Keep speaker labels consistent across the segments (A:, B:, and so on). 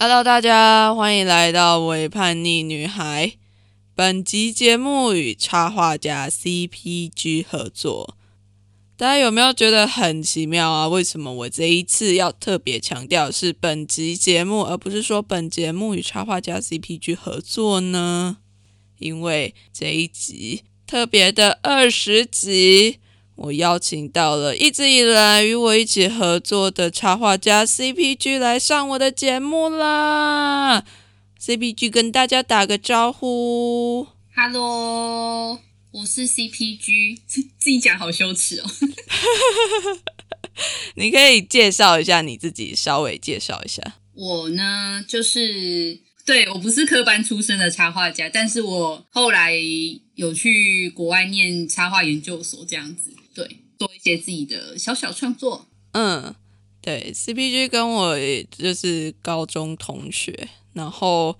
A: Hello，大家欢迎来到《伪叛逆女孩》。本集节目与插画家 CPG 合作。大家有没有觉得很奇妙啊？为什么我这一次要特别强调是本集节目，而不是说本节目与插画家 CPG 合作呢？因为这一集特别的二十集，我邀请到了一直以来与我一起合作的插画家 CPG 来上我的节目啦。CPG 跟大家打个招呼。
B: Hello，我是 CPG，自 自己讲好羞耻哦。
A: 你可以介绍一下你自己，稍微介绍一下。
B: 我呢，就是对我不是科班出身的插画家，但是我后来有去国外念插画研究所，这样子，对，做一些自己的小小创作。
A: 嗯，对，CPG 跟我也就是高中同学，然后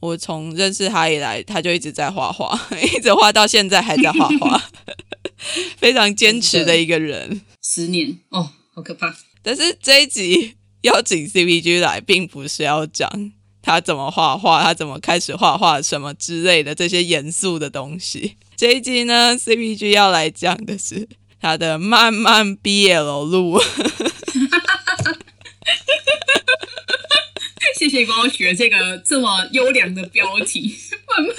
A: 我从认识他以来，他就一直在画画， 一直画到现在还在画画， 非常坚持的一个人。
B: 十年哦，好可怕！
A: 但是这一集邀请 CPG 来，并不是要讲他怎么画画，他怎么开始画画什么之类的这些严肃的东西。这一集呢，CPG 要来讲的是他的慢慢 BL 路。
B: 谢谢你帮我取了这个这么优良的标 题，慢慢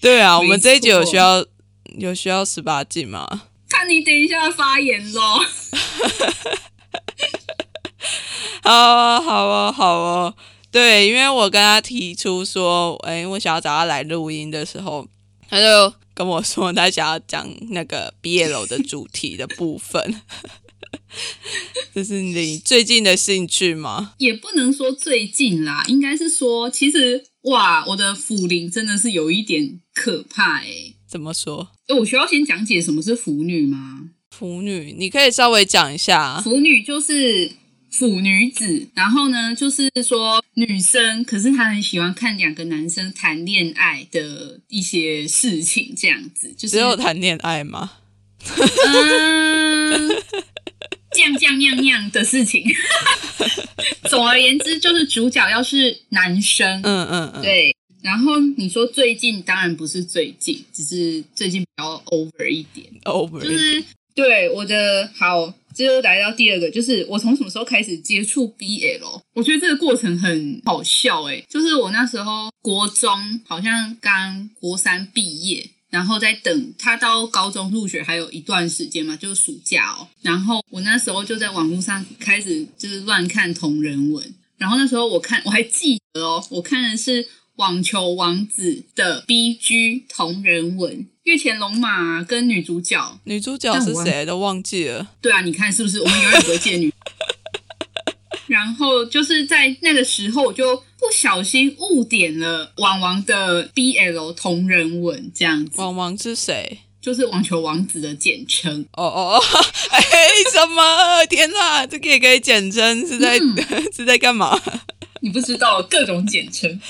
A: 对啊，我
B: 没
A: 们这一集有
B: 错
A: 需要有需要十八禁吗？
B: 看你等一下发言喽。
A: 好啊，好啊，好啊。对，因为我跟他提出说，哎、我想要找他来录音的时候，他就跟我说他想要讲那个 BL 的主题的部分。 这是你最近的兴趣吗？
B: 也不能说最近啦，应该是说，其实哇，我的腐龄真的是有一点可怕哎、欸。
A: 怎么说？
B: 诶我需要先讲解什么是腐女吗？
A: 腐女，你可以稍微讲一下啊。
B: 腐女就是腐女子，然后呢，就是说女生，可是她很喜欢看两个男生谈恋爱的一些事情，这样子就是呃
A: 只有谈恋爱吗？
B: 嗯，酱酱酿酿的 事情。总而言之，就是主角要是男生，
A: 嗯嗯嗯，
B: 对，然后你说最近当然不是最近，只是最近比较 over 一点，
A: ，over
B: 就
A: 一点。
B: 是对我的好，这就来到第二个，就是我从什么时候开始接触 BL？我觉得这个过程很好笑诶、就是我那时候国中好像刚国三毕业。然后在等他到高中入学还有一段时间嘛，就是暑假哦。然后我那时候就在网络上开始就是乱看同人文，然后那时候我看我还记得哦，我看的是《网球王子》的 BG 同人文，月前龙马跟女主角，
A: 女主角
B: 但
A: 是
B: 我忘
A: 谁都忘记了。
B: 对啊，你看是不是？我们永远不会 见女。然后就是在那个时候，我就不小心误点了网王的 BL 同人文，这样子
A: 王王是谁？
B: 就是网球王子的简称。
A: 哦哦 哦！哎，什么？天哪，这个也可以简称是在、
B: 嗯
A: 是在干嘛？
B: 你不知道各种简称，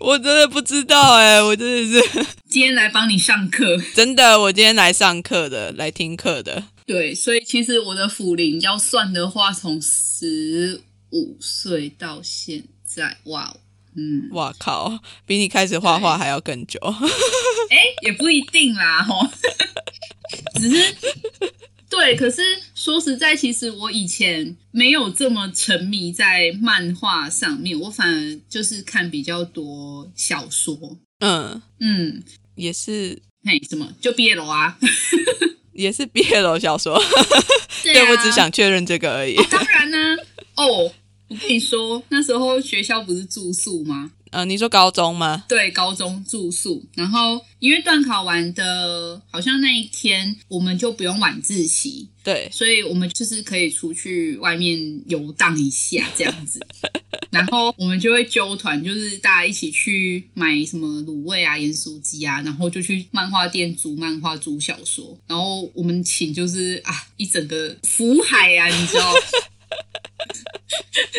A: 我真的不知道哎、我真的是
B: 今天来帮你上课。
A: 真的，我今天来上课的，来听课的。
B: 对，所以其实我的辅龄要算的话，从十五岁到现在，哇哦，嗯，
A: 哇靠，比你开始画画还要更久。
B: 哎，也不一定啦，吼， 只是对，可是说实在，其实我以前没有这么沉迷在漫画上面，我反而就是看比较多小说，
A: 嗯，
B: 嗯，
A: 也是
B: 嘿，什么就毕业了啊，
A: 也是毕业了小说。
B: 对 啊
A: 我只想确认这个而已。
B: 当然呢、哦，我跟你说，那时候学校不是住宿吗？
A: 呃，你说高中吗？
B: 对，高中住宿，然后因为段考完的，好像那一天我们就不用晚自习，
A: 对，
B: 所以我们就是可以出去外面游荡一下这样子。然后我们就会揪团，就是大家一起去买什么卤味啊、盐酥鸡啊，然后就去漫画店租漫画、租小说。然后我们请就是啊，一整个福海啊，你知道，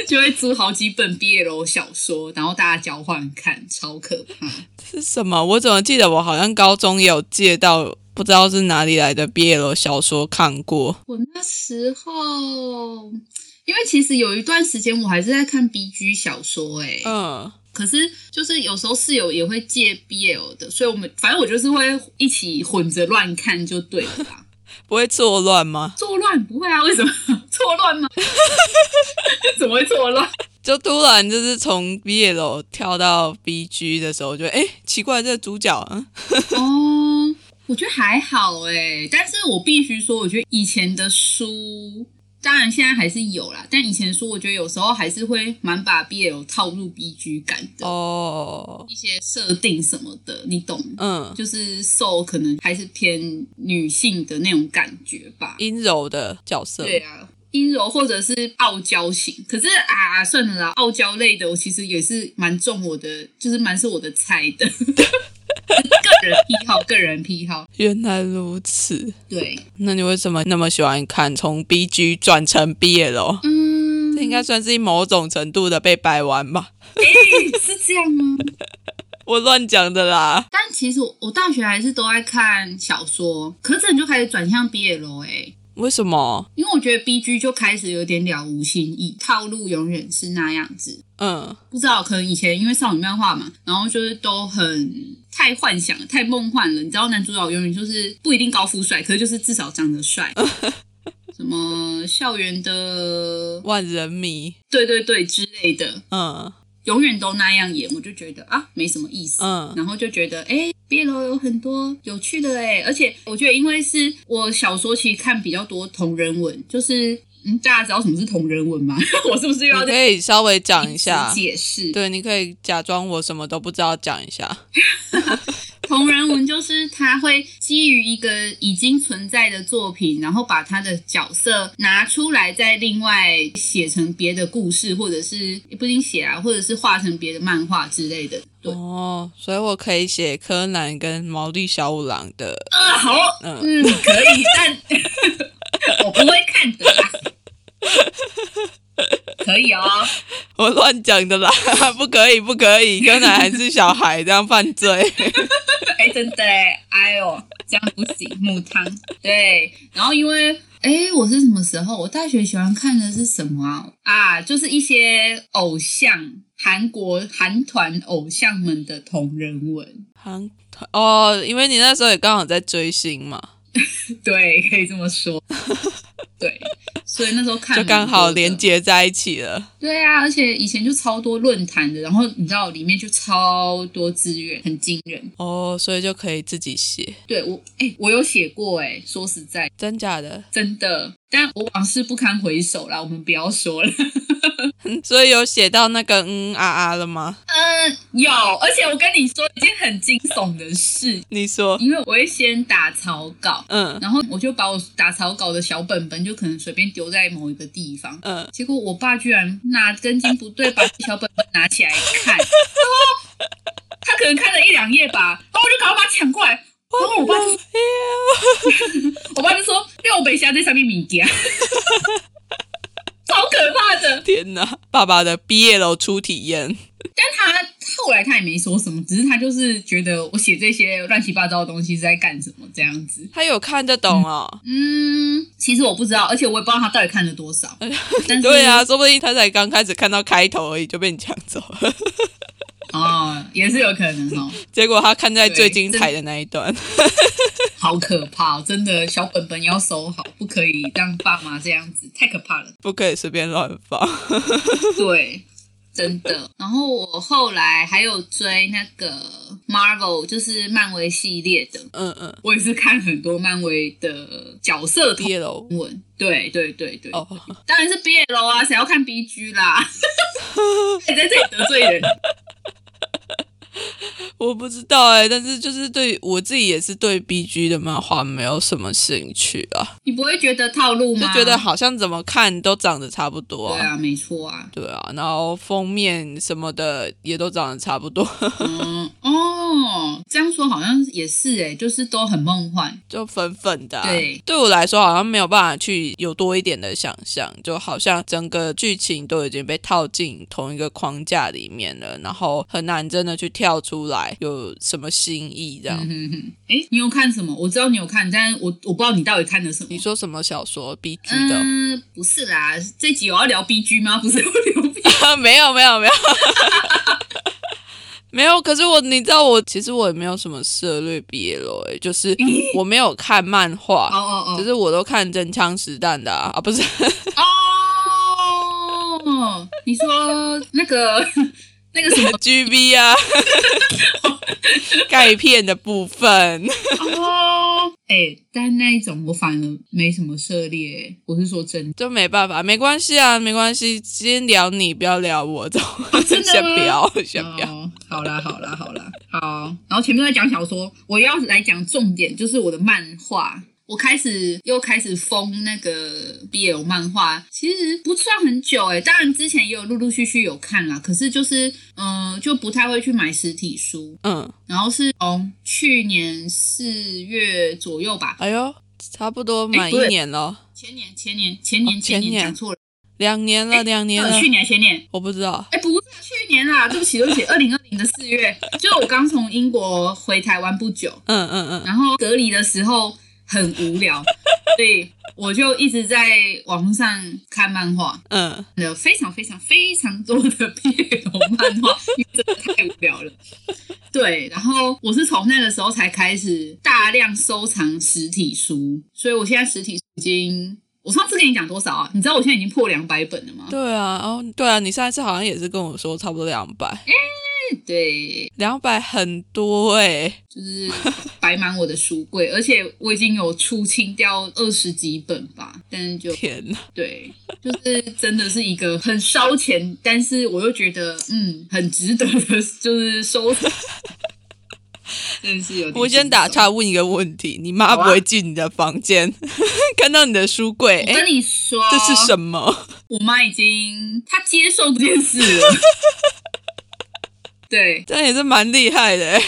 B: 就会租好几本 BL 小说，然后大家交换看，超可怕。
A: 是什么？我怎么记得我好像高中也有借到，不知道是哪里来的毕业了小说看过。
B: 我那时候因为其实有一段时间我还是在看 B G 小说、欸，哎、
A: 嗯，
B: 可是就是有时候室友也会借 BL 的，所以我们反正我就是会一起混着乱看就对了 啦。
A: 不会作乱吗？
B: 作乱不会啊？为什么 错乱吗？怎么会错乱？
A: 就突然就是从 BL 跳到 BG 的时候，就哎、诶奇怪，这个主角，嗯
B: 哦，我觉得还好哎、但是我必须说，我觉得以前的书，当然现在还是有啦，但以前的书我觉得有时候还是会蛮把 BL 套入 BG 感的，
A: 哦，
B: 一些设定什么的，你懂？
A: 嗯，
B: 就是受可能还是偏女性的那种感觉吧。
A: 阴柔的角色，
B: 对啊，阴柔或者是傲娇型。可是啊，算了啦，傲娇类的我其实也是蛮中我的，就是蛮是我的菜的。个人癖好，个人癖好，
A: 原来如此。
B: 对，
A: 那你为什么那么喜欢看从 BG 转成 BL？
B: 嗯
A: 这应该算是某种程度的被掰弯吧？
B: 诶是这样吗？
A: 我乱讲的啦。
B: 但其实我我大学还是都爱看小说，可是你就开始转向 BL 哎、
A: 为什么？
B: 因为我觉得 BG 就开始有点了无新意，套路永远是那样子。
A: 嗯，
B: 不知道，可能以前因为少女漫画嘛，然后就是都很太幻想了、太梦幻了。你知道男主角永远就是不一定高富帅，可是就是至少长 得帅。什么校园的，
A: 万人迷。
B: 对对对之类的，
A: 嗯
B: 永远都那样演，我就觉得啊没什么意思。
A: 嗯
B: 然后就觉得，哎、b l 有很多有趣的哎，而且我觉得，因为是我小说其实看比较多同人文，就是嗯，大家知道什么是同人文吗？ 我是不是又要
A: 你
B: 再
A: 可以稍微讲一下。
B: 解释？
A: 对，你可以假装我什么都不知道讲一下。
B: 同人文就是他会基于一个已经存在的作品，然后把他的角色拿出来，再另外写成别的故事，或者是不一定写啊，或者是画成别的漫画之类的。对，
A: 哦，所以我可以写柯南跟毛利小五郎的。
B: 啊，好，
A: 嗯
B: 嗯，可以，但 我不会看的啦。可以哦，
A: 我乱讲的啦， 不可以，不可以，柯南还是小孩，这样犯罪。
B: 哎、真的哎，哎呦，这样不行，母汤。对，然后因为，哎、我是什么时候？我大学喜欢看的是什么啊？啊，就是一些偶像，韩国韩团偶像们的同人文。
A: 韩哦，因为你那时候也刚好在追星嘛，
B: 对，可以这么 说。对，所以那时候看
A: 就
B: 蛮
A: 刚好
B: 多的
A: 连接在一起了。
B: 对啊，而且以前就超多论坛的，然后你知道里面就超多资源，很惊人。
A: 哦，所以就可以自己写，
B: 对我，哎、我有写过、哎，说实在，
A: 真假的？
B: 真的，但我往事不堪回首啦，我们不要说了。
A: 所以有写到那个嗯啊啊了吗？
B: 嗯，有，而且我跟你说一件很惊悚的事，
A: 你说，
B: 因为我会先打草稿，
A: 嗯
B: 然后我就把我打草稿的小本本就可能随便丢在某一个地方，
A: 嗯，
B: 结果我爸居然哪根筋不对，把小本本拿起来看，然后他可能看了一两页吧，然后我就赶快把它抢过来，然后我爸
A: 哦
B: 就我爸就说六北虾在上面米家，超可怕的。
A: 天哪，爸爸的毕业楼初体验，
B: 但他后来他也没说什么，只是他就是觉得我写这些乱七八糟的东西是在干什么这样子。
A: 他有看得懂哦。
B: 嗯，其实我不知道，而且我也不知道他到底看了多少。但是
A: 哎 对啊，，说不定他才刚开始看到开头而已就被你抢走了，
B: 哦，也是有可能哦。
A: 结果他看在最
B: 对
A: 精彩的那一段。
B: 好可怕、哦！真的，小本本要收好，不可以让爸妈这样子，太可怕了。
A: 不可以随便乱放。
B: 对，真的。然后我后来还有追那个 Marvel，就是漫威系列的，
A: 嗯嗯，
B: 我也是看很多漫威的角色
A: 毕
B: 同
A: 业楼
B: 文。对对对对，
A: 哦，
B: 当然是 BL 啊，谁要看 BG 啦？你在这里得罪人。
A: 我不知道哎、但是就是对我自己也是对 B G 的漫画没有什么兴趣啊，
B: 你不会觉得套路
A: 就
B: 吗？
A: 觉得好啊像怎么看都长得差不多
B: 对
A: 啊。
B: 啊，没错啊。
A: 对啊，然后封面什么的也都长得差不多。
B: 嗯哦，这样说好像也是哎、就是都很梦幻。
A: 就粉粉的、啊。
B: 对，
A: 对我来说好像没有办法去有多一点的想象，就好像整个剧情都已经被套进同一个框架里面了，然后很难真的去跳出来有什么新意这样。
B: 哎、你有看什么？我知道你有看，但我我不知道你到底看了什么
A: 你。说什么小说 B G 的？
B: 嗯，不是啦，这集我要聊 B G 吗？不是要聊 B，
A: 没有没有没有没有。可是我你知道我其实我也没有什么涉略毕业了，欸就是我没有看漫画。
B: 哦哦
A: 只
B: 哦
A: 是我都看真枪实弹的啊，啊不是
B: 哦，你说那个 那个什么？
A: G B 啊，钙片的部分。
B: 哦， 哎，但那一种我反而没什么涉猎、我是说真的。
A: 就没办法，没关系啊，没关系，先聊你，不要聊我，这种、
B: 哦真的 吗
A: 先不要，先不要。
B: 哦，好啦，好啦，好啦，好。然后前面都在讲小说，我要来讲重点，就是我的漫画。我开始又开始封那个 BL 漫画，其实不算很久诶、当然之前也有陆陆续续有看啦，可是就是嗯、呃就不太会去买实体书。
A: 嗯，
B: 然后是从去年四月左右吧，
A: 哎呦，差不多满一
B: 哎不是
A: 年了，
B: 前年前年前年
A: 哦
B: 前
A: 前年
B: 年讲错了，
A: 两年了，
B: 哎
A: 两年
B: 呃
A: 了，
B: 去年前年
A: 我不知道。
B: 哎，不是去年啦，对不起，对不起，二零二零的四月，就我刚从英国回台湾不久，
A: 嗯嗯嗯，
B: 然后隔离的时候很无聊，所以我就一直在网上看漫画，
A: 嗯，
B: 有非常非常非常多的 BL 漫画，因为真的太无聊了。对，然后我是从那个时候才开始大量收藏实体书，所以我现在实体书已经，我上次跟你讲多少啊？你知道我现在已经破两百本了吗？
A: 对啊，哦，对啊，你上一次好像也是跟我说差不多两百，
B: 哎对，
A: 两百很多哎、
B: 就是摆满我的书柜，而且我已经有出清掉二十几本吧，但就
A: 天哪，
B: 对，就是真的是一个很烧钱，但是我又觉得嗯很值得的，就是收藏，真的是有点。
A: 我先打，岔问一个问题，你妈
B: 好
A: 不
B: 啊
A: 会进你的房间， 看到你的书柜，
B: 我
A: 哎、
B: 跟你说，
A: 这是什么？
B: 我妈已经她接受这件事了。 对，
A: 这也是蛮厉害 的、欸，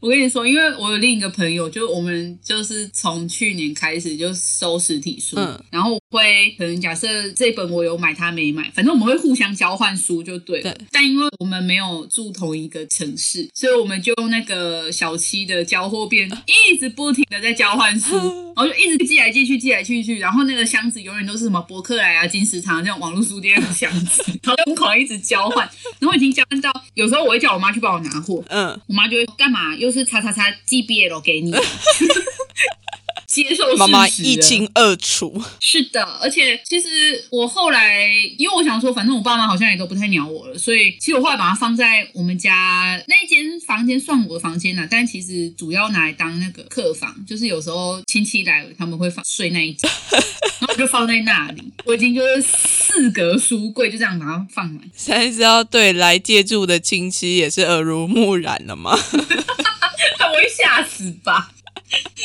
B: 我跟你说，因为我有另一个朋友，就我们就是从去年开始就收实体书，
A: 嗯
B: 然后我会可能假设这本我有买，他没买，反正我们会互相交换书就对了。
A: 对
B: 但因为我们没有住同一个城市，所以我们就用那个小七的交货便，一直不停的在交换 书，然后就一直寄来寄去，寄来寄去，然后那个箱子永远都是什么博客来啊、金石堂这种网络书店的箱子， 然后疯狂一直交换，然后已经交换到有时候我会叫我妈去帮我拿货，
A: 嗯，
B: 我妈就会干嘛？又是叉叉叉 G B L 给你，接受事实啊
A: 妈妈
B: 了
A: 一清二楚，
B: 是的，而且其实我后来，因为我想说，反正我爸妈好像也都不太鸟我了，所以其实我后来把它放在我们家那间房间算我的房间啦、但其实主要拿来当那个客房，就是有时候亲戚来他们会放睡那一间，然后我就放在那里。我已经就是四格书柜就这样把它放满。
A: 现在知道对来借住的亲戚也是耳濡目染了吗？
B: 他不会吓死吧？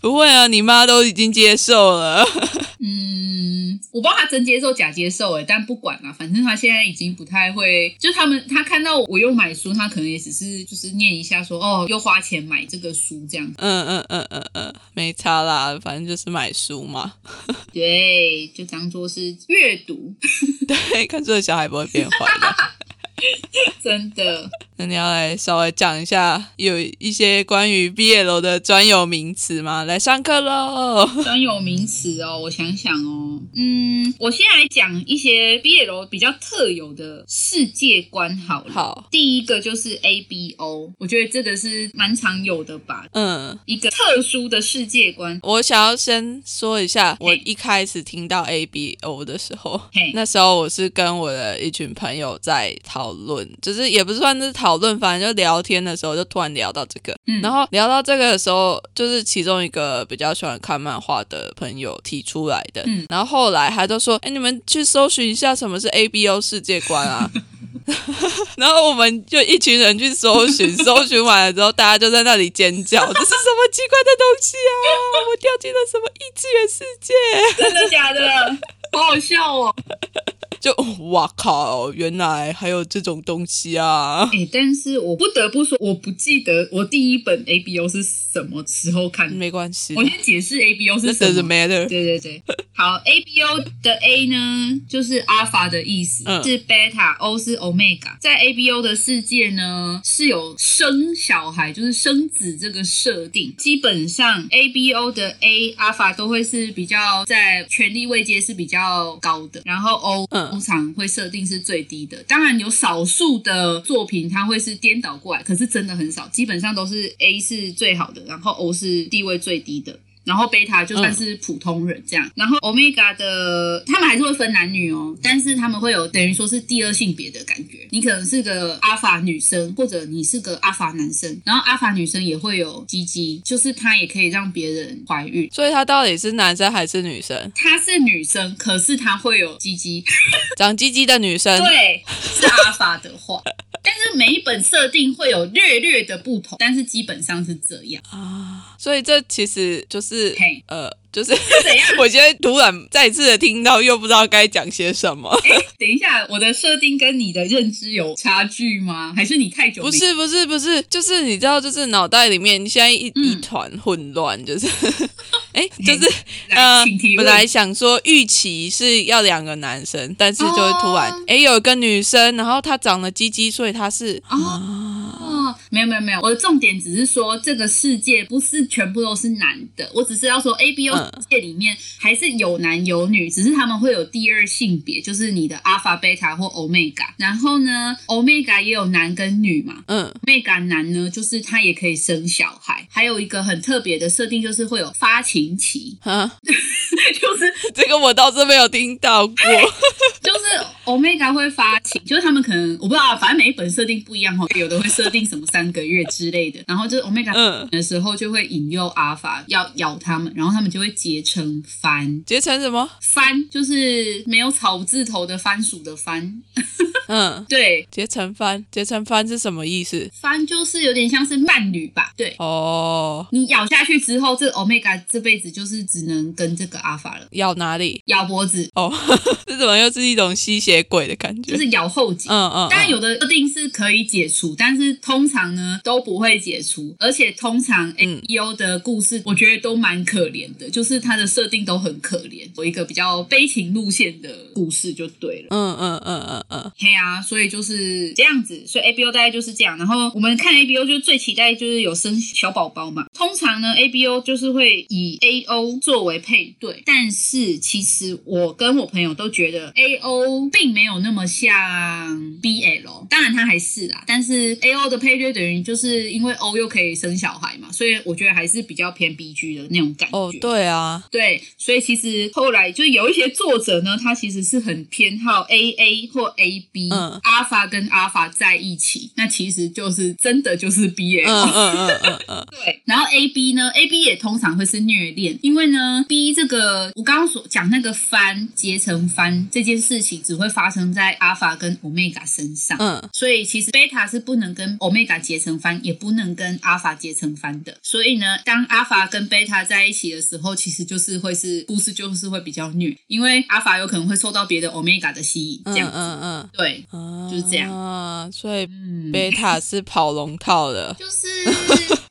A: 不会啊，你妈都已经接受了。
B: 嗯，我不知道他真接受假接受哎，但不管啦，反正他现在已经不太会，就他们他看到我又买书，他可能也只是就是念一下说哦，又花钱买这个书这样。
A: 嗯嗯嗯嗯嗯，没差啦，反正就是买书嘛。
B: 对，就当做是阅读，
A: 对，看书的小孩不会变坏的。
B: 真的。
A: 那你要来稍微讲一下，有一些关于毕业楼的专有名词吗？来上课喽。
B: 专有名词哦，我想想哦，嗯，我先来讲一些 BL 比较特有的世界观好 了。
A: 好，
B: 第一个就是 ABO，我觉得这个是蛮常有的吧，
A: 嗯，
B: 一个特殊的世界观。
A: 我想要先说一下，我
B: 嘿
A: 一开始听到 A B O 的时候
B: 嘿，
A: 那时候我是跟我的一群朋友在讨论，就是也不算是讨论，反正就聊天的时候就突然聊到这个，
B: 嗯
A: 然后聊到这个的时候，就是其中一个比较喜欢看漫画的朋友提出来的，
B: 嗯
A: 然后后来他就说：“哎，你们去搜寻一下什么是 A B O 世界观啊。” 然后我们就一群人去搜 寻，搜寻完了之后，大家就在那里尖叫：“这是什么奇怪的东西啊！我掉进了什么异次元世界
B: 真的假的？好好笑哦！
A: 就 哇靠，原来还有这种东西啊！
B: 哎、但是我不得不说，我不记得我第一本 A B O 是什么时候看的。
A: 没关系
B: 嗯我先解释 A B O 是
A: ，That
B: 什
A: doesn't
B: 么。
A: matter。
B: 对对对，好，A B O 的 A 呢，就是阿法的意思，
A: 嗯
B: 是 beta，O 是 omega。在 A B O 的世界呢，是有生小孩，就是生子这个设定。基本上 A B O 的 A 阿法都会是比较在权力位阶是比较高的，然后 O
A: 嗯
B: 通常会设定是最低的。当然有少数的作品它会是颠倒过来，可是真的很少，基本上都是 A 是最好的，然后 O 是地位最低的。然后贝塔就算是普通人这样，然后 omega 的他们还是会分男女哦，但是他们会有等于说是第二性别的感觉，你可能是个阿法女生，或者你是个阿法男生，然后阿法女生也会有鸡鸡，就是她也可以让别人怀孕。
A: 所以他到底是男生还是女生？
B: 她是女生，可是她会有鸡鸡，
A: 长鸡鸡的女生，
B: 对，是阿法的话。但是每一本设定会有略略的不同，但是基本上是这样。
A: 所以这其实就是
B: 嘿
A: 呃， 就是
B: 怎样？
A: 我现在突然再次的听到，又不知道该讲些什么。
B: 等一下，我的设定跟你的认知有差距吗？还是你太久没
A: 不是不是不是，就是你知道，就是脑袋里面现在一、一
B: 嗯
A: 团混乱，就是 哎、就是
B: 来
A: 呃
B: 请提，
A: 本
B: 问？
A: 来想说预期是要两个男生，但是就会突然
B: 哦
A: 哎、有一个女生，然后她长了鸡鸡，所以她是
B: 哦，没有没有没有，我的重点只是说这个世界不是全部都是男的，我只是要说 A B O
A: 嗯
B: 世界里面还是有男有女，只是他们会有第二性别，就是你的阿法、贝塔或 omega。然后呢，omega 也有男跟女嘛，
A: 嗯，
B: mega 男呢，就是他也可以生小孩，还有一个很特别的设定就是会有发情期，
A: 啊，
B: 就是
A: 这个我倒是没有听到 过。
B: 就是 Omega 会发情，就是他们可能我不知道啊，反正每一本设定不一样哦，有的会设定什么三个月之类的，然后就是 Omega
A: 嗯，
B: 的时候就会引诱阿法要咬他们，然后他们就会结成番
A: 结成什么？
B: 番，就是没有草字头的番薯的番，
A: 嗯，
B: 对。
A: 结成番，结成番是什么意思？
B: 番就是有点像是伴侣吧，对
A: 哦，
B: 你咬下去之后，这个 omega 这辈子就是只能跟这个阿法了，
A: 咬哪里？
B: 咬脖子
A: 哦， 这怎么又是一种吸血鬼的感觉？
B: 就是咬后颈，
A: 嗯嗯，
B: 当然
A: 嗯
B: 有的设定是可以解除，但是通常呢都不会解除，而且通常 A
A: 嗯
B: E O 的故事我觉得都蛮可怜的，就是它的设定都很可怜，有一个比较悲情路线的故事就对了。
A: 嗯嗯嗯嗯嗯，
B: 嘿啊，所以就是这样子，所以 A B O 大概就是这样。然后我们看 A B O 就是最期待就是有生小宝宝嘛。通常呢，A B O 就是会以 A O 作为配对，但是其实我跟我朋友都觉得 A O 并没有那么像 B L，当然它还是啦，但是 A O 的配对等于就是因为 O 又可以生小孩嘛，所以我觉得还是比较偏 B G 的那种感觉。
A: 哦，对啊，
B: 对，所以其实后来就有一些作者呢，他其实是很偏好 A A 或 A B，
A: 嗯
B: 阿法跟阿法在一起，那其实就是真的就是 B A
A: 嗯。嗯嗯嗯嗯，
B: 对，然后 A B 呢，A B 也通常会是虐恋，因为呢，B 这个我刚刚所讲那个番结成番这件事情，只会发生在阿法跟 omega 身上。
A: 嗯，
B: 所以其实贝塔是不能跟欧米伽结成番，也不能跟阿法结成番的。所以呢，当阿法跟贝塔在一起的时候，其实就是会是故事就是会比较虐，因为阿法有可能会受到别的欧米伽的吸引，这
A: 嗯
B: 样、
A: 嗯嗯
B: 对，
A: 嗯，
B: 就是这样
A: 样。所以
B: 嗯。
A: 贝塔是跑龙套的，
B: 就是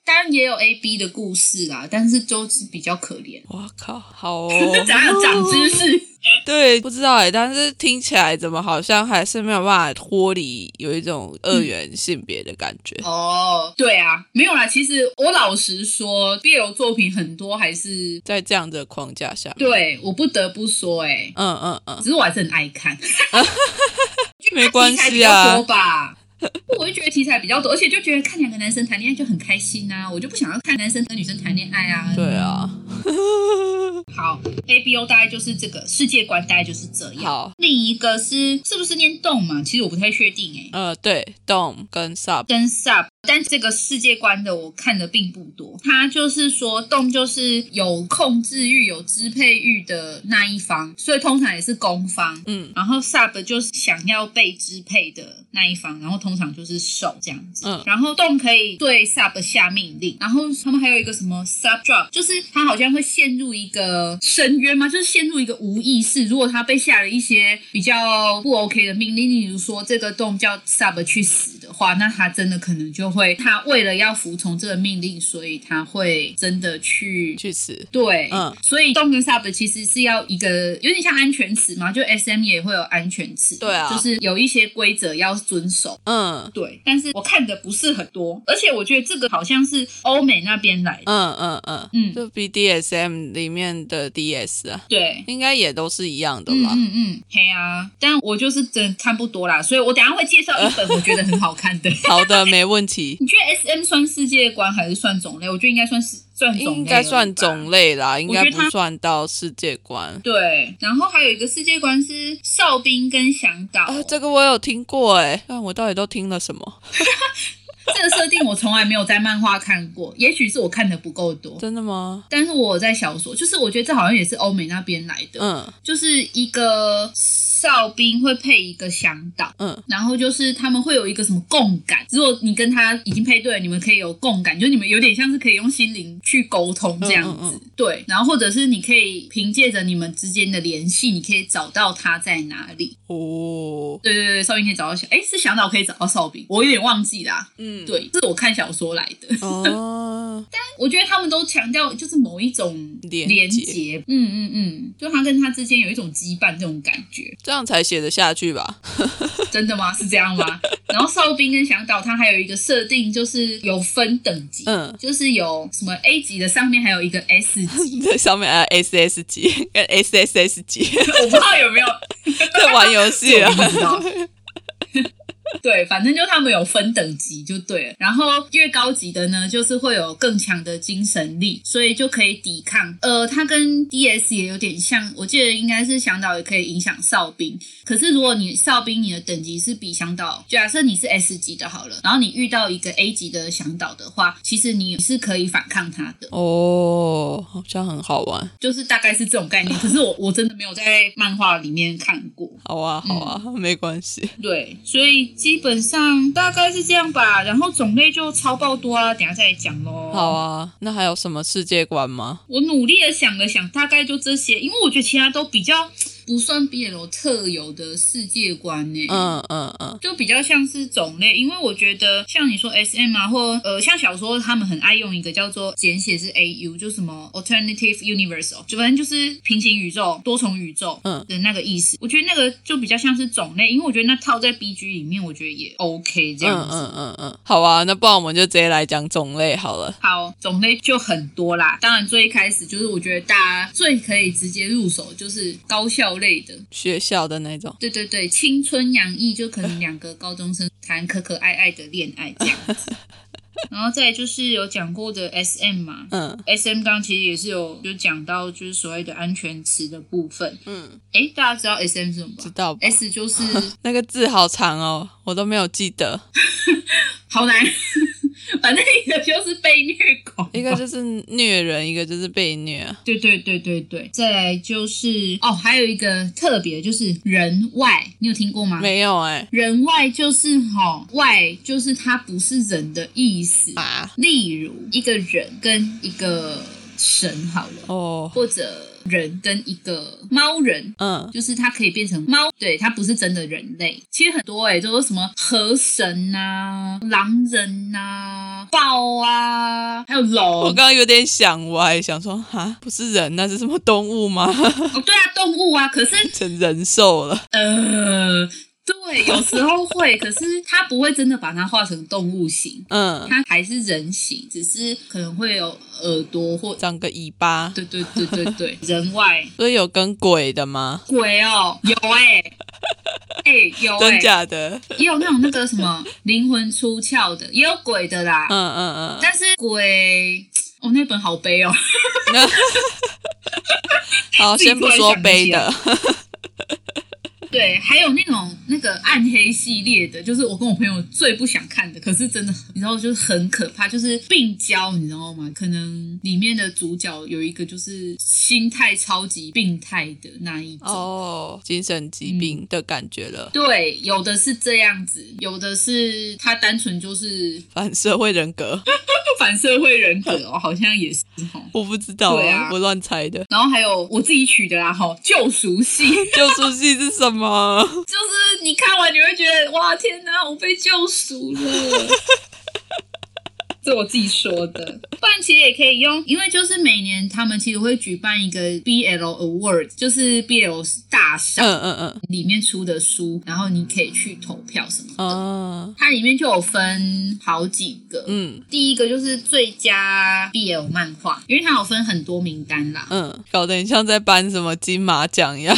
B: 当然也有 A B 的故事啦，但是就是比较可怜。，
A: 我靠，好哦
B: 怎样 长知识？
A: 对，不知道哎，但是听起来怎么好像还是没有办法脱离有一种二元性别的感觉。
B: 哦，对啊，没有啦。其实我老实说，BL 作品很多还是
A: 在这样的框架下，
B: 对我不得不说、欸，哎，
A: 嗯嗯嗯，
B: 只是我还是很爱看。
A: 没关
B: 题材比
A: 系
B: 较多
A: 啊，
B: 吧。我就觉得题材比较多，而且就觉得看两个男生谈恋爱就很开心啊，我就不想要看男生跟女生谈恋爱啊。
A: 对啊，
B: 好，A B O 大概就是这个世界观，大概就是这样。
A: 好，
B: 另一个是是不是念动嘛？其实我不太确定哎、
A: 呃，对，dom 跟 sub，
B: 跟 sub 但这个世界观的我看的并不多。他就是说，动就是有控制欲、有支配欲的那一方，所以通常也是攻方。
A: 嗯
B: 然后 sub 就是想要被支配的那一方，然后通常就是手这样子。
A: 嗯
B: 然后动可以对 sub 下命令，然后他们还有一个什么 sub drop，就是他好像会陷入一个深渊嘛，就是陷入一个无意识。如果他被下了一些比较不 OK 的命令，例如说这个动叫 sub 去死的话，那他真的可能就会，他为了要服从这个命令，所以他会真的去
A: 去死。
B: 对，
A: 嗯
B: 所以动跟 sub 其实是要一个有点像安全词嘛，就 SM 也会有安全词，
A: 对啊
B: 就是有一些规则要遵守。
A: 嗯
B: 对，但是我看的不是很多，而且我觉得这个好像是欧美那边来的，
A: 嗯嗯嗯，
B: 嗯，
A: 就 BDSM 里面的 DS 啊，
B: 对。
A: 应该也都是一样的
B: 嗯
A: 啦。
B: 嗯嗯，嘿啊！但我就是真的看不多啦，所以我等一下会介绍一本我觉得很好看的。
A: 好的，没问题，
B: 你觉得 S M 算世界观还是算种类？我觉得应该算是算种类，
A: 应该算种。类啦，应
B: 我觉
A: 该
B: 得
A: 不
B: 它
A: 算到世界观。
B: 对，然后还有一个世界观是哨兵跟向导、
A: 啊，这个我有听过哎，但我到底都听了什么？
B: 这个设定我从来没有在漫画看过，也许是我看的不够多。
A: 真的吗？
B: 但是我在小说，就是我觉得这好像也是欧美那边来的，
A: 嗯
B: 就是一个哨兵会配一个向导，
A: 嗯
B: 然后就是他们会有一个什么共感，如果你跟他已经配对了，你们可以有共感，就是你们有点像是可以用心灵去沟通这样子，
A: 嗯嗯
B: 对，然后或者是你可以凭借着你们之间的联系，你可以找到他在哪里，
A: 嗯哦
B: 对对对，哨兵可以找到小，哎，是向导可以找到哨兵，我有点忘记啦，
A: 嗯
B: 对，这是我看小说来的。
A: 哦，
B: 我觉得他们都强调就是某一种
A: 连结
B: 结，嗯嗯嗯，就他跟他之间有一种羁绊这种感觉，
A: 这样才写得下去吧？
B: 真的吗？是这 样吗？然后哨兵跟响导他还有一个设定就是有分等级，
A: 嗯，
B: 就是有什么 A 级的上面还有一个 S 级，
A: 这上面还有 SS 级跟 SSS 级
B: 我不知道有没有，
A: 在玩游戏 啊
B: 我。不知道。对，反正就他们有分等级就对了，然后越高级的呢，就是会有更强的精神力，所以就可以抵抗。呃，它跟 DS 也有点像，我记得应该是响导也可以影响哨兵，可是如果你哨兵你的等级是比响导，假设你是 S 级的好了，然后你遇到一个 A 级的响导的话，其实你是可以反抗他的，
A: 哦，好像很好玩，
B: 就是大概是这种概念。可是我我真的没有在漫画里面看过。
A: 好啊，好啊，
B: 嗯
A: 没关系。
B: 对，所以基本上大概是这样吧。然后种类就超爆多啊，等一下再讲喽。
A: 好，啊，那还有什么世界观吗？
B: 我努力的想了想，大概就这些，因为我觉得其他都比较不算 BL 特有的世界观呢、。
A: 嗯嗯嗯，
B: 就比较像是种类，因为我觉得像你说 S M 啊，或呃像小说，他们很爱用一个叫做简写是 A U，就什么 alternative universe，哦就反正就是平行宇宙、多重宇宙
A: 嗯
B: 的那个意思。我觉得那个就比较像是种类，因为我觉得那套在 B G 里面，我觉得也 OK 这样
A: 嗯
B: 子。
A: 嗯嗯嗯，好啊，那不然我们就直接来讲种类好了。
B: 好，种类就很多啦。当然，最一开始就是我觉得大家最可以直接入手就是高校类的，
A: 学校的那种，
B: 对对对，青春洋溢，就可能两个高中生谈可可爱爱的恋爱这样 子。然后再来就是有讲过的 S M 嘛。
A: 嗯
B: S M 刚刚其实也是有就讲到就是所谓的安全词的部分，
A: 嗯，
B: 诶，大家知道 S M 是什么
A: 知
B: 吧
A: 道吧？
B: ？S 就是
A: 那个字好长哦，我都没有记得。
B: 好难， 反正一个就是被虐狗嘛，
A: 一个就是虐人，一个就是被虐啊。
B: 对对对对对，再来就是哦，还有一个特别就是人外，你有听过吗？
A: 没有哎、
B: 人外就是吼、外，就是它不是人的意思。
A: 啊，
B: 例如一个人跟一个神好了，
A: 哦，
B: 或者人跟一个猫人。
A: 嗯，
B: 就是它可以变成猫，对，它不是真的人类。其实很多哎、欸，都是什么河神呐、狼人呐、豹啊，还有
A: 我
B: 龙
A: 刚。刚有点想歪，想说哈，不是人，那是什么动物吗？
B: 哦，对啊，动物啊。可是
A: 成人兽了。
B: 呃，对，有时候会，可是他不会真的把它画成动物型，
A: 嗯，
B: 它还是人形，只是可能会有耳朵或
A: 长个尾巴，
B: 对对对对对， 人外
A: 所以有跟鬼的吗？
B: 鬼哦，有哎、 欸。哎、有哎、
A: 真假的？
B: 也有那种那个什么灵魂出窍的，也有鬼的啦。
A: 嗯嗯嗯，
B: 但是鬼，哦，那本好 悲哦。
A: 那好，先不说悲的。
B: 对对，还有那种那个暗黑系列的，就是我跟我朋友最不想看的，可是真的，你知道，就是很可怕，就是病娇，你知道吗？可能里面的主角有一个就是心态超级病态的那一 种。
A: 哦，精神疾病的感觉了，
B: 对，有的是这样子，有的是他单纯就是
A: 反社会人格，
B: 反社会人格哦，好像也是哦。
A: 我不知道
B: 对啊
A: 我乱猜的。
B: 然后还有我自己取的啦，哈，救赎系，
A: 救赎系是什么？
B: 就是你看完你会觉得哇，天哪，我被救赎了。这我自己说的，不然其实也可以用，因为就是每年他们其实会举办一个 BL Award，就是 BL 大 赏、
A: 嗯嗯
B: 里面出的书，然后你可以去投票什么的。
A: 嗯，啊，
B: 它里面就有分好几个，
A: 嗯
B: 第一个就是最佳 BL 漫画，因为它有分很多名单啦。
A: 嗯，搞得你像在颁什么金马奖一样。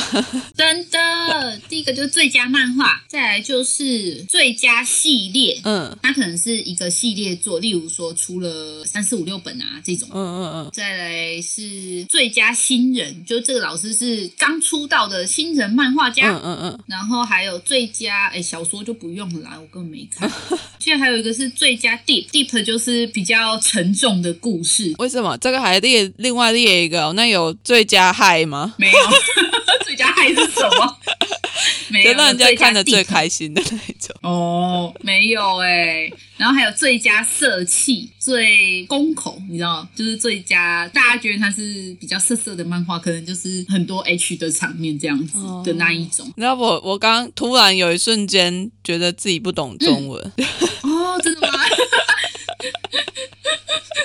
B: 真的，第一个就是最佳漫画，再来就是最佳系列。
A: 嗯
B: 它可能是一个系列作，例如说出了三四五六本啊这种
A: 嗯。嗯
B: 再来是最佳新人，就这个老师是刚出道的新人漫画
A: 嗯
B: 家。
A: 嗯嗯
B: 然后还有最佳哎小说就不用了啦，我根本没看。现在还有一个是最佳 deep deep，就是比较沉重的故事，
A: 为什么这个还列另外列一个哦、那有最佳嗨吗？
B: 没有， 最佳爱是什 么？没
A: 就
B: 有，
A: 让人家看的最
B: 佳地
A: 开心的那一种。
B: 哦，没有哎、然后还有最佳色气、最公口，你知道，就是最佳大家觉得它是比较色色的漫画，可能就是很多 H 的场面这样子
A: 哦
B: 的那一种。
A: 你知道我我刚突然有一瞬间觉得自己不懂中文，
B: 哦，真的吗？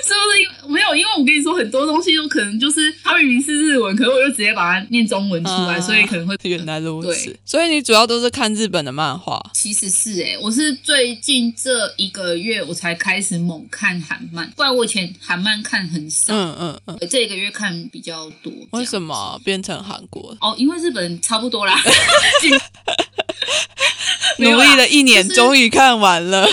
B: 是不是因为没有？因为我跟你说，很多东西有可能就是它明明是日文，可是我就直接把它念中文出来，
A: 啊
B: 所以可能会
A: 原来如此
B: 对。
A: 所以你主要都是看日本的漫画，
B: 其实是哎、我是最近这一个月我才开始猛看韩漫，不然我以前韩漫看很少，
A: 嗯嗯嗯。
B: 呃这一个月看比较多。
A: 为
B: 么？
A: 什么变成韩国了？
B: 哦，因为日本差不多啦， 没有
A: 努
B: 啦
A: 力了一年，
B: 就是
A: 终于看完 了。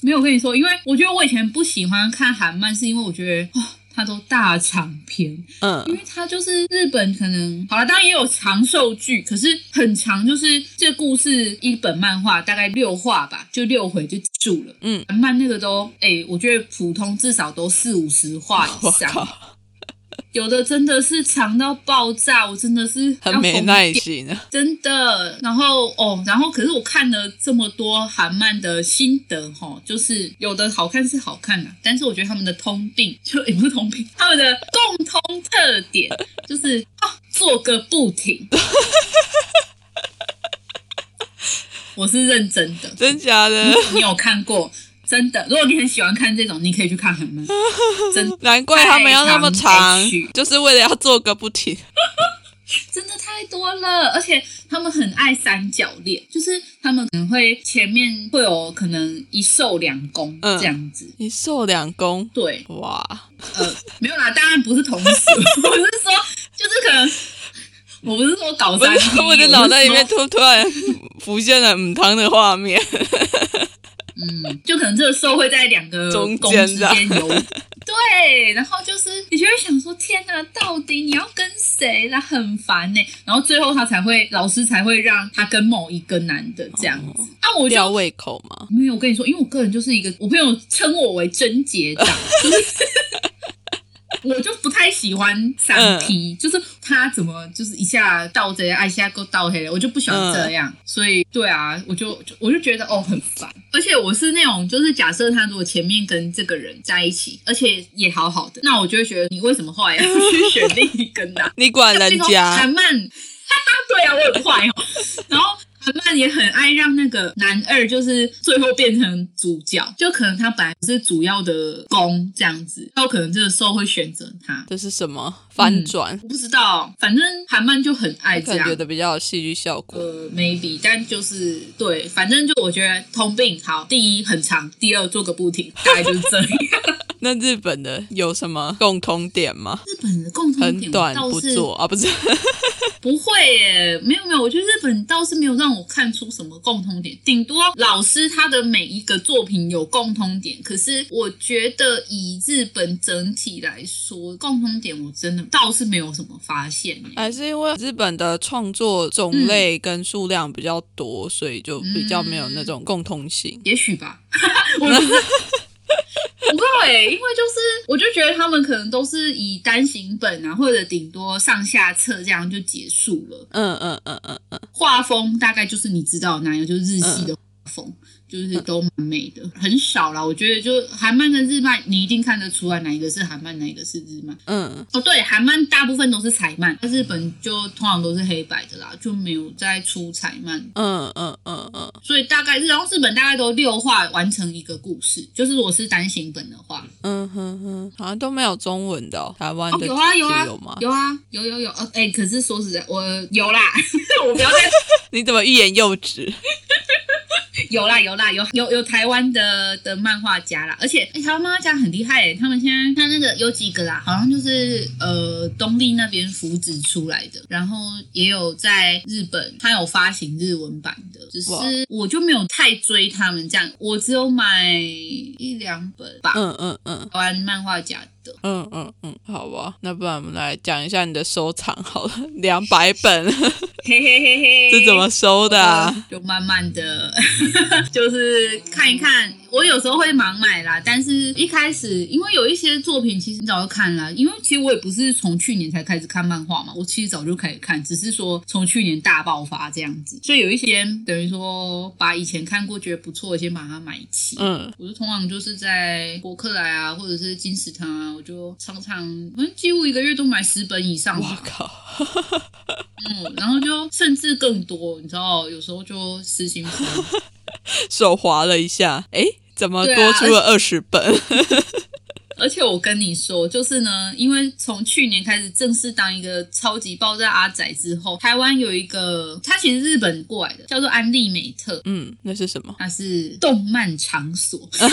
B: 没有我跟你说，因为我觉得我以前不喜欢看韩漫，是因为我觉得哦，它都大长篇，
A: 嗯
B: 因为它就是日本可能好了，当然也有长寿剧，可是很长，就是这故事一本漫画大概六话吧，就六回就结束了。
A: 嗯，
B: 韩漫那个都哎、我觉得普通至少都四五十话以
A: 我
B: 上，
A: 靠，
B: 有的真的是长到爆炸，我真的是要
A: 很没
B: 疯
A: 耐
B: 掉
A: 心啊。
B: 真的。然后哦，然后可是我看了这么多韩漫的心得哈、吼就是有的好看是好看的、啊但是我觉得他们的通病 就也不是通病，他们的共通特点 就是、啊、做个不停。我是认真的，
A: 真假的？
B: 你有看过？真的，如果你很喜欢看这种，你可以去看韩漫，真的
A: 难怪他们要那么长
B: 太长，
A: 就是为了要做个不停。
B: 真的太多了，而且他们很爱三角恋，就是他们可能会前面会有可能一瘦两攻
A: 嗯
B: 这样子。
A: 你瘦两公，
B: 对，
A: 哇，
B: 呃， 没有啦，当然不是同时，我是说，就是可能，我不是说搞
A: 不
B: 三
A: 是
B: P，
A: 我的脑袋里面
B: 我是
A: 突突然浮现了母汤的画面。
B: 说，嗯，就可能这个瘦会在两个
A: 中
B: 攻
A: 间
B: 之
A: 这样
B: 间游。 对，然后就是你就会想说，天哪，到底你要跟谁啦？很烦呢、欸然后最后他才会，老师才会让他跟某一个男的这样
A: 哦
B: 子。啊，我就
A: 吊胃口嘛，
B: 没有，我跟你说，因为我个人就是一个，我朋友称我为贞洁党，就是 我就不太喜欢三 P，、就是他怎么就是一下倒这样，一下够倒黑了，我就不喜欢这样，所以对啊，我就就我就觉得哦很烦，而且我是那种就是假设他如果前面跟这个人在一起，而且也好好的，那我就会觉得你为什么后来要 去选另一个呢？
A: 你管人
B: 那个
A: 家
B: 韩漫，对啊，我很坏哦。然后韩漫也很爱让那个男二，就是最后变成主角，就可能他本来是主要的攻这样子，然后可能这个时候会选择他。
A: 这是什么翻转？
B: 我不知道，反正韩漫就很爱
A: 可
B: 嗯这
A: 能
B: 样
A: 觉。得比较有戏剧效果。
B: 呃，maybe，但就是对，反正就我觉得通病好，第一很长，第二做个不停，大概就是这样。
A: 那日本的有什么共通点吗？
B: 日本的共同点
A: 很短
B: 倒
A: 不
B: 是
A: 做啊，不是？
B: 不会耶，没有没有，我觉得日本倒是没有让我看出什么共同点，顶多老师他的每一个作品有共通点，可是我觉得以日本整体来说，共通点我真的倒是没有什么发现耶。
A: 还是因为日本的创作种
B: 嗯
A: 类跟数量比较多，所以就比较没有那
B: 嗯
A: 种共通性。
B: 也许吧， 我不知道。不知道哎、因为就是我就觉得他们可能都是以单行本啊，或者顶多上下册这样就结束了。
A: 嗯嗯嗯嗯嗯，
B: 画风大概就是你知道的那样，就是日系的画风，就是都蛮美的，很少啦。我觉得就韩漫跟日漫，你一定看得出来哪一个是韩漫，哪一个是日漫。
A: 嗯，
B: 哦，对，韩漫大部分都是彩漫，那日本就通常都是黑白的啦，就没有再出彩漫
A: 嗯嗯嗯嗯，
B: 所以大概日，然后日本大概都六话完成一个故事，就是我是单行本的话，
A: 嗯哼哼，好像都没有中文的、哦，台湾
B: 哦，
A: 的
B: 有啊
A: 是
B: 有啊
A: 有吗？
B: 有啊有有有，呃，哎、可是说实在，我有啦，我不要再
A: 你怎么欲言又止？
B: 有啦有啦有有有台湾的的漫画家啦，而且、诶台湾漫画家很厉害诶、他们现在他那个有几个啦，好像就是呃东立那边扶植出来的，然后也有在日本，他有发行日文版的，只是
A: 哇
B: 我就没有太追他们这样，我只有买一两本吧，
A: 嗯嗯嗯
B: 台湾漫画家的。
A: 嗯嗯嗯，好吧，那不然我们来讲一下你的收藏好了，两百本，
B: 嘿嘿嘿嘿，
A: 这怎么收的、啊？
B: 就慢慢的， 就是看一看。我有时候会盲买啦，但是一开始因为有一些作品其实早就看啦，因为其实我也不是从去年才开始看漫画嘛，我其实早就开始看，只是说从去年大爆发这样子，所以有一些等于说把以前看过觉得不错的先把它买齐。
A: 嗯
B: 我就通常就是在博客来啊，或者是金石堂啊，我就常常，反正几乎一个月都买十本以上吧。
A: 我靠，
B: 嗯，然后就甚至更多，你知道，有时候就私心疯。
A: 手滑了一下，诶，怎么
B: 对啊
A: 多出了二十本？
B: 而且我跟你说，就是呢，因为从去年开始正式当一个超级爆炸阿仔之后，台湾有一个，他其实日本过来的，叫做安利美特，
A: 嗯，那是什么？
B: 它是动漫场所， 就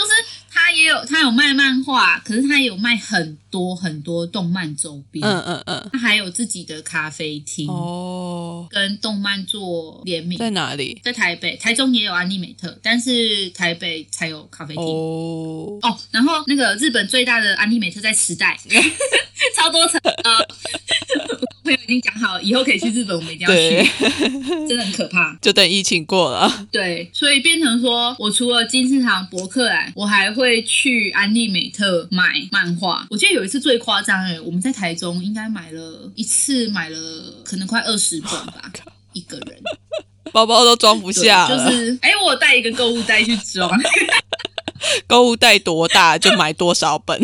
B: 是它也有它有卖漫画，可是它也有卖很多很多动漫周边，
A: 嗯嗯嗯，
B: 它还有自己的咖啡厅，
A: 哦，
B: 跟动漫做联名。
A: 在哪里？
B: 在台北、台中也有安利美特，但是台北才有咖啡厅。
A: 哦，
B: 哦，然后那个日本最大的安利美特在池袋， 超多层。呃，我朋友已经讲好，以后可以去日本，我们一定要
A: 对
B: 去，，真的很可怕。
A: 就等疫情过了。
B: 对，所以变成说我除了金字堂、博客来，我还会去安利美特买漫画。我记得有一次最夸张哎，我们在台中应该买了一次，买了可能快二十本吧
A: 靠，
B: 一个人。
A: 包包都装不
B: 对
A: 下
B: 就
A: 了，
B: 是哎，我有带一个购物袋去装。
A: 购物袋多大就买多少 本。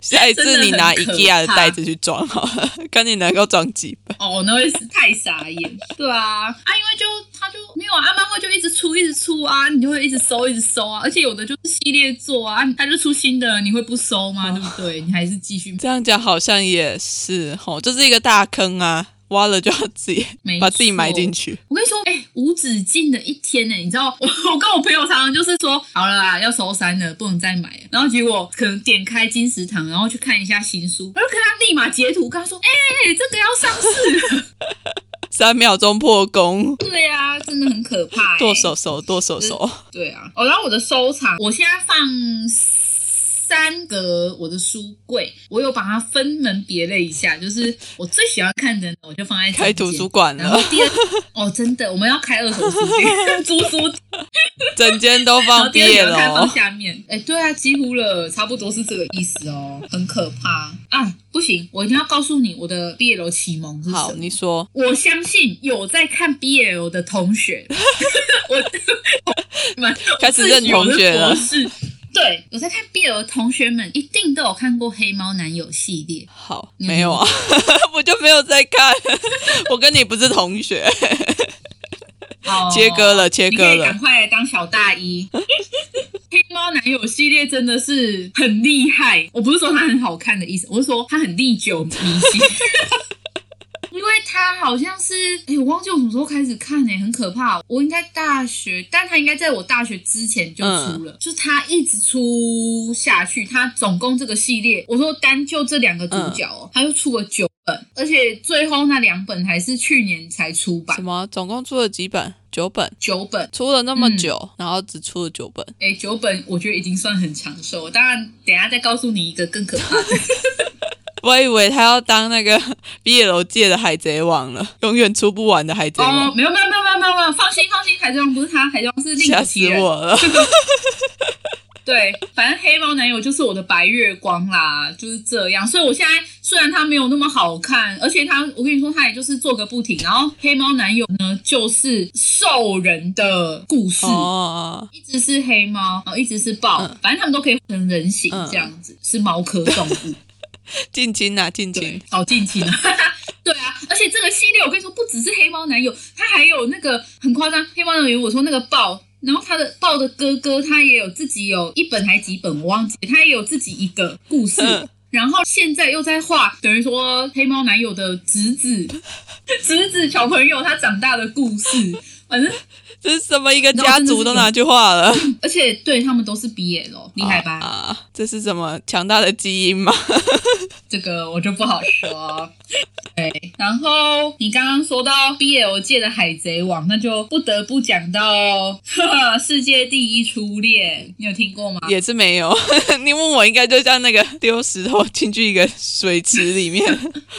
A: 下一次你拿
B: 真的很可怕
A: IKEA 的袋子去装好 了，看你能够装几本。
B: 哦，那会是太傻眼。 对啊，啊，因为就他就没有啊，漫画就一直出，一直出啊，你就会一直收，一直收啊，而且有的就是系列作啊，他就出新的，你会不收吗？
A: 哦
B: 对不对？你还是继续买
A: 这样讲好像也是吼，这、是一个大坑啊，挖了就要自己
B: 没
A: 把自己埋
B: 错
A: 进去。
B: 我跟你说，哎、无止境的一天呢、你知道，我我跟我朋友常常就是说，好了啦，要收山了，不能再买了。然后结果可能点开金石堂，然后去看一下新书，我就跟他立马截图，跟他说，哎、这个要上市 了。
A: 三秒钟破功，
B: 对呀、啊，真的很可怕、欸。
A: 剁手手，剁手手。
B: 对啊，哦，然后我的收藏，我现在放三格我的书柜，我有把它分门别类一下，就是我最喜欢看的呢，我就放在中间
A: 开图书。馆
B: 然后
A: 了，
B: 第二，哦，真的，我们要开二手书店， 租书店，
A: 整间都
B: 然
A: 放
B: 后
A: 毕
B: 第二
A: 业
B: 个看放
A: 了。哦
B: 下面。哎，对啊，几乎了，差不多是这个意思哦，很可怕啊！不行，我一定要告诉你我的毕业楼启蒙是什
A: 好，
B: 么。
A: 你说
B: 我相信有在看 BL 的 同学，我你们
A: 开始认同学了
B: 我自诩我是博士对，有在看 BL 的同学们一定都有看过《黑猫男友》系列。
A: 好，
B: 嗯
A: 没有啊， 我就没有在看。 我跟你不是同学，
B: 哦
A: 切割了，切
B: 你可
A: 割
B: 以
A: 了
B: 赶。快来当小大一。 黑猫男友系列真的是很 厉害，我不是说它很好看的意思，我是说它很历久弥新。因为为他好像是，哎、我忘记我什么时候开始看哎、很可怕。我应该大学，但他应该在我大学之前就出
A: 嗯
B: 了，就是他一直出下去，他总共这个系列，我说单就这两个主角
A: 嗯
B: 哦，他就出了九本，而且最后那两本还是去年才出版
A: 什，么？总共出了几本？九本，
B: 九本。
A: 出了那么
B: 嗯
A: 久，然后只出了九本。
B: 哎，九本我觉得已经算很长寿，当然等一下再告诉你一个更可 怕的。
A: 我以为他要当那个 BL 界的海贼王了，永远出不完的海贼
B: 哦，
A: 王，
B: 没有没有没有没有没有没有，放心放心，海贼王不是他，海贼王是另
A: 吓、
B: 一
A: 死
B: 其人。
A: 我了！
B: 对，反正黑猫男友就是我的白月光啦，就是这样。所以我现在虽然他没有那么好看，而且他，我跟你说，他也就是做个不停。然后黑猫男友呢，就是兽人的故事。
A: 哦，嗯
B: 一只是黑猫，然后一只是豹，反正他们都可以换成人形这样子，是猫科动物。
A: 近亲啊，近
B: 对
A: 亲，，
B: 好近亲啊。 对啊，而且这个系列我跟你说，不只是黑猫男友，他还有那个很夸张，黑猫男友我说那个豹，然后他的豹的哥哥他也有自己有一本还几本我忘记，他也有自己一个故事。
A: 嗯
B: 然后现在又在画，等于说黑猫男友的侄子，侄子小朋友他长大的故事，反正
A: 这是什么一个
B: 然后
A: 家
B: 真的
A: 族
B: 是
A: 都
B: 什么
A: 拿去画了？
B: 而且对他们都是 BL，厉害吧？
A: 啊啊！这是什么强大的基因吗？
B: 这个我就不好说。对，然后你刚刚说到 BL 界的海贼王，那就不得不讲到呵呵世界第一初恋，你有听过吗？
A: 也是没有。 你问我应该就像那个丢石头进去一个水池里 面，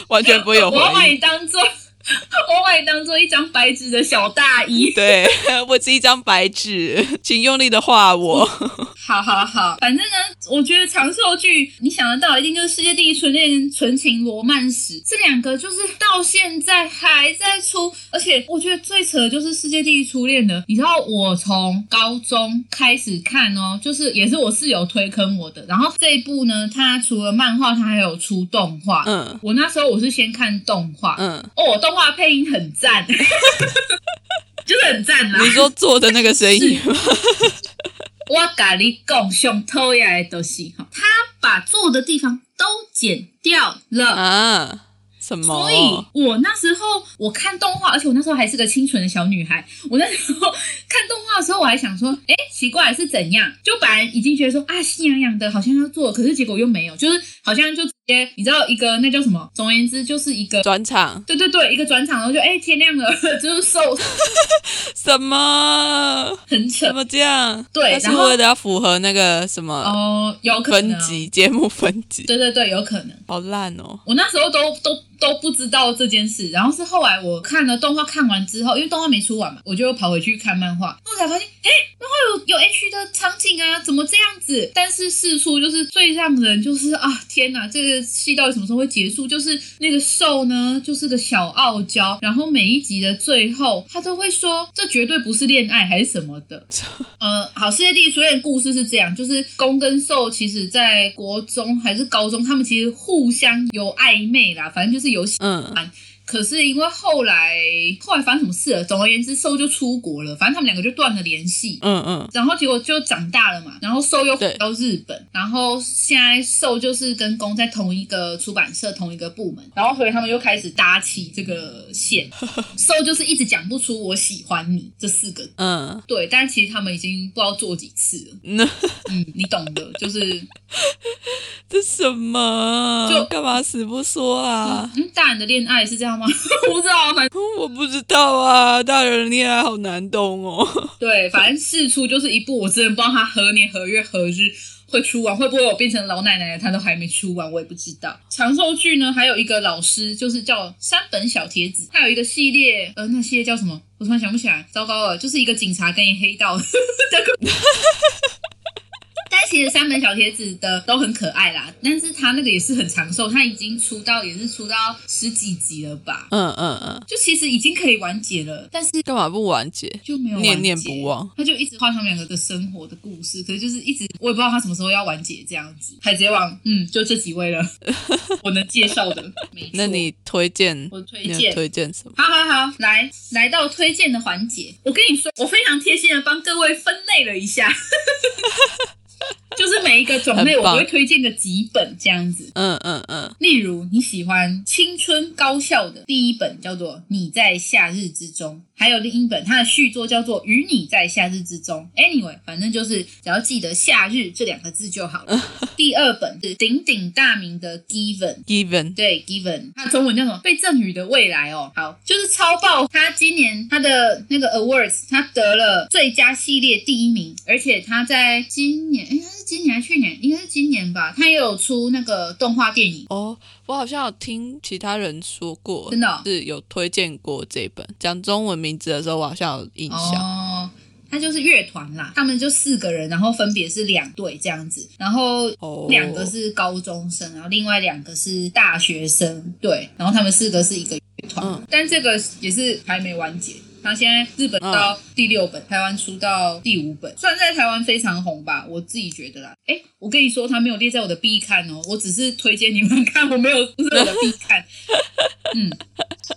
A: 完全不会有
B: 我要把
A: 回
B: 你
A: 应。
B: 当做， 我把你当做一张白纸的小大衣。
A: 对 我是一张白纸，请用力的画我。
B: 好好好，反正呢，我觉得长寿剧你想得到，一定就是《世界第一初恋》《纯情罗曼史》这两个，就是到现在还在出。而且我觉得最扯的就是《世界第一初恋》的，你知道我从高中开始看哦，就是也是我室友推坑我的。然后这一部呢，它除了漫画，它还有出动画。
A: 嗯
B: 我那时候我是先看动画，
A: 嗯，
B: 哦，动画配音很 赞，就是很赞啦。
A: 你说做的那个声音吗，
B: 我甲你讲，上讨厌的就是哈，他把做的地方都剪掉了。
A: 啊？什
B: 所以
A: 么？，
B: 我那时候我看动画，而且我那时候还是个清纯的小女孩。我那时候看动画的时候，我还想说，哎，奇怪是怎样？就本来已经觉得说啊，心痒痒的，好像要做，可是结果又没有，就是好像就直接，你知道一个那叫什么？总而言之，就是一个。
A: 转场
B: 对对对，一个转场，然后就哎天亮了，就是瘦
A: 什么？
B: 很扯
A: 怎么这样？
B: 对
A: 那是
B: 然后
A: 为了要符合那个什么
B: 哦，有可能
A: 分，级节目分级，
B: 对对对，有可能。
A: 好烂哦。
B: 我那时候都都都不知道这件事，然后是后来我看了动画，看完之后，因为动画没出完嘛，我就跑回去看漫画，我才发现，哎，漫画有有 H 的场景啊，怎么这样子？但是事出就是最让人就是啊，天哪，这个戏到底什么时候会结束？就是那个兽呢，就是个小傲娇，然后每一集的最后，他都会说这绝对不是恋爱还是什么的，呃，好，世界第一初恋的故事是这样，就是公跟受其实在国中还是高中，他们其实互相有暧昧啦，反正就是有喜。
A: 嗯
B: 可是因为后来后来发生什么事了，总而言之，受就出国了，反正他们两个就断了联系。
A: 嗯嗯，
B: 然后结果就长大了嘛，然后受又回
A: 对
B: 到日本，然后现在受就是跟宫在同一个出版社同一个部门，然后所以他们又开始搭起这个线。受就是一直讲不出我喜欢你这四个字，
A: 嗯
B: 对，但其实他们已经不知道做几次了。
A: 嗯，
B: 嗯，你懂的，就是
A: 这什么？
B: 就
A: 干嘛死不说啊？
B: 嗯，大人的恋爱是这样吗？ 我不知道，反正
A: 我不知道啊，大人恋爱好难懂哦。
B: 对，反正事出就是一部，我真的不知道他何年何月何日会出完，会不会我变成老奶奶了，他都还没出完，我也不知道。长寿剧呢，还有一个老师就是叫山本小铁子，他有一个系列，呃，那系列叫什么？我突然想不起来，糟糕了，就是一个警察跟一个黑道的 故事。但其实山本小铁子的都很可爱啦，但是他那个也是很长寿，他已经出道也是出到十几集了吧？
A: 嗯嗯嗯，
B: 就其实已经可以完结了，但是
A: 干嘛不完结？
B: 就没有完结
A: 念念不忘。
B: 他就一直画他们两个的生活的故事，可是就是一直我也不知道他什么时候要完结这样子。海贼王，嗯，就这几 位了，我能介绍的。没错
A: 那你推荐？
B: 我推
A: 你有
B: 荐。
A: 推荐什么？
B: 好好好，来来到推荐的环节，我跟你说，我非常贴心的帮各位分类了一下， 就是每一个种类
A: 很
B: 我
A: 棒
B: 会推荐个几本这样子。
A: 嗯嗯嗯，
B: 例如你喜欢青春高校的第一本叫做《你在夏日之中》，还有另一本它的续作叫做《与你在夏日之中》。Anyway，反正就是只要记得“夏日”这两个字就好了。第二本是鼎鼎大名的《Given》。
A: ，Given，
B: 对，Given，它中文叫什么？被赠予的未来哦。好，就是超爆，他今年他的那个 Awards，他得了最佳系列第一名，而且他在今年，哎，他是今年还是去年？应该是今年吧。他也有出那个动画电影，
A: 哦，我好像有听其他人说过，
B: 真的哦
A: 是有推荐过这本。讲中文名字的时候，我好像有印象。
B: 哦，他就是乐团啦，他们就四个人，然后分别是两队这样子，然后
A: 哦
B: 两个是高中生，然后另外两个是大学生，对，然后他们四个是一个乐团，
A: 嗯
B: 但这个也是还没完结。他现在日本到第六本，台湾出到第五本，算在台湾非常红吧，我自己觉得啦。哎，我跟你说，他没有列在我的必看哦，我只是推荐你们看，我没有不是我的必看。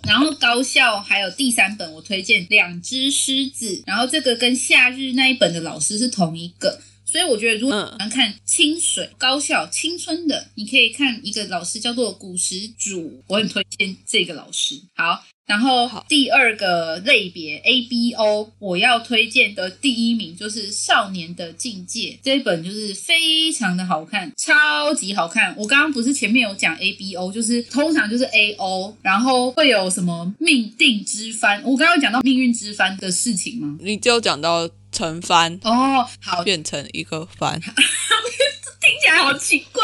B: 然后高校还有第三本，我推荐《两只狮子》，然后这个跟夏日那一本的老师是同一个。所以我觉得，如果
A: 嗯
B: 你想看清水高校青春的，你可以看一个老师叫做古石主，我很推荐这个老师。好，然后
A: 好
B: 第二个类别 A B O，我要推荐的第一名就是《少年的境界》这一本，就是非常的好看，超级好看。我刚刚不是前面有讲 A B O，就是通常就是 A O，然后会有什么命定之帆？我刚刚有讲到命运之帆的事情吗？
A: 你就讲到成番
B: 哦，好，
A: 变成一个番，
B: 听起来好奇怪。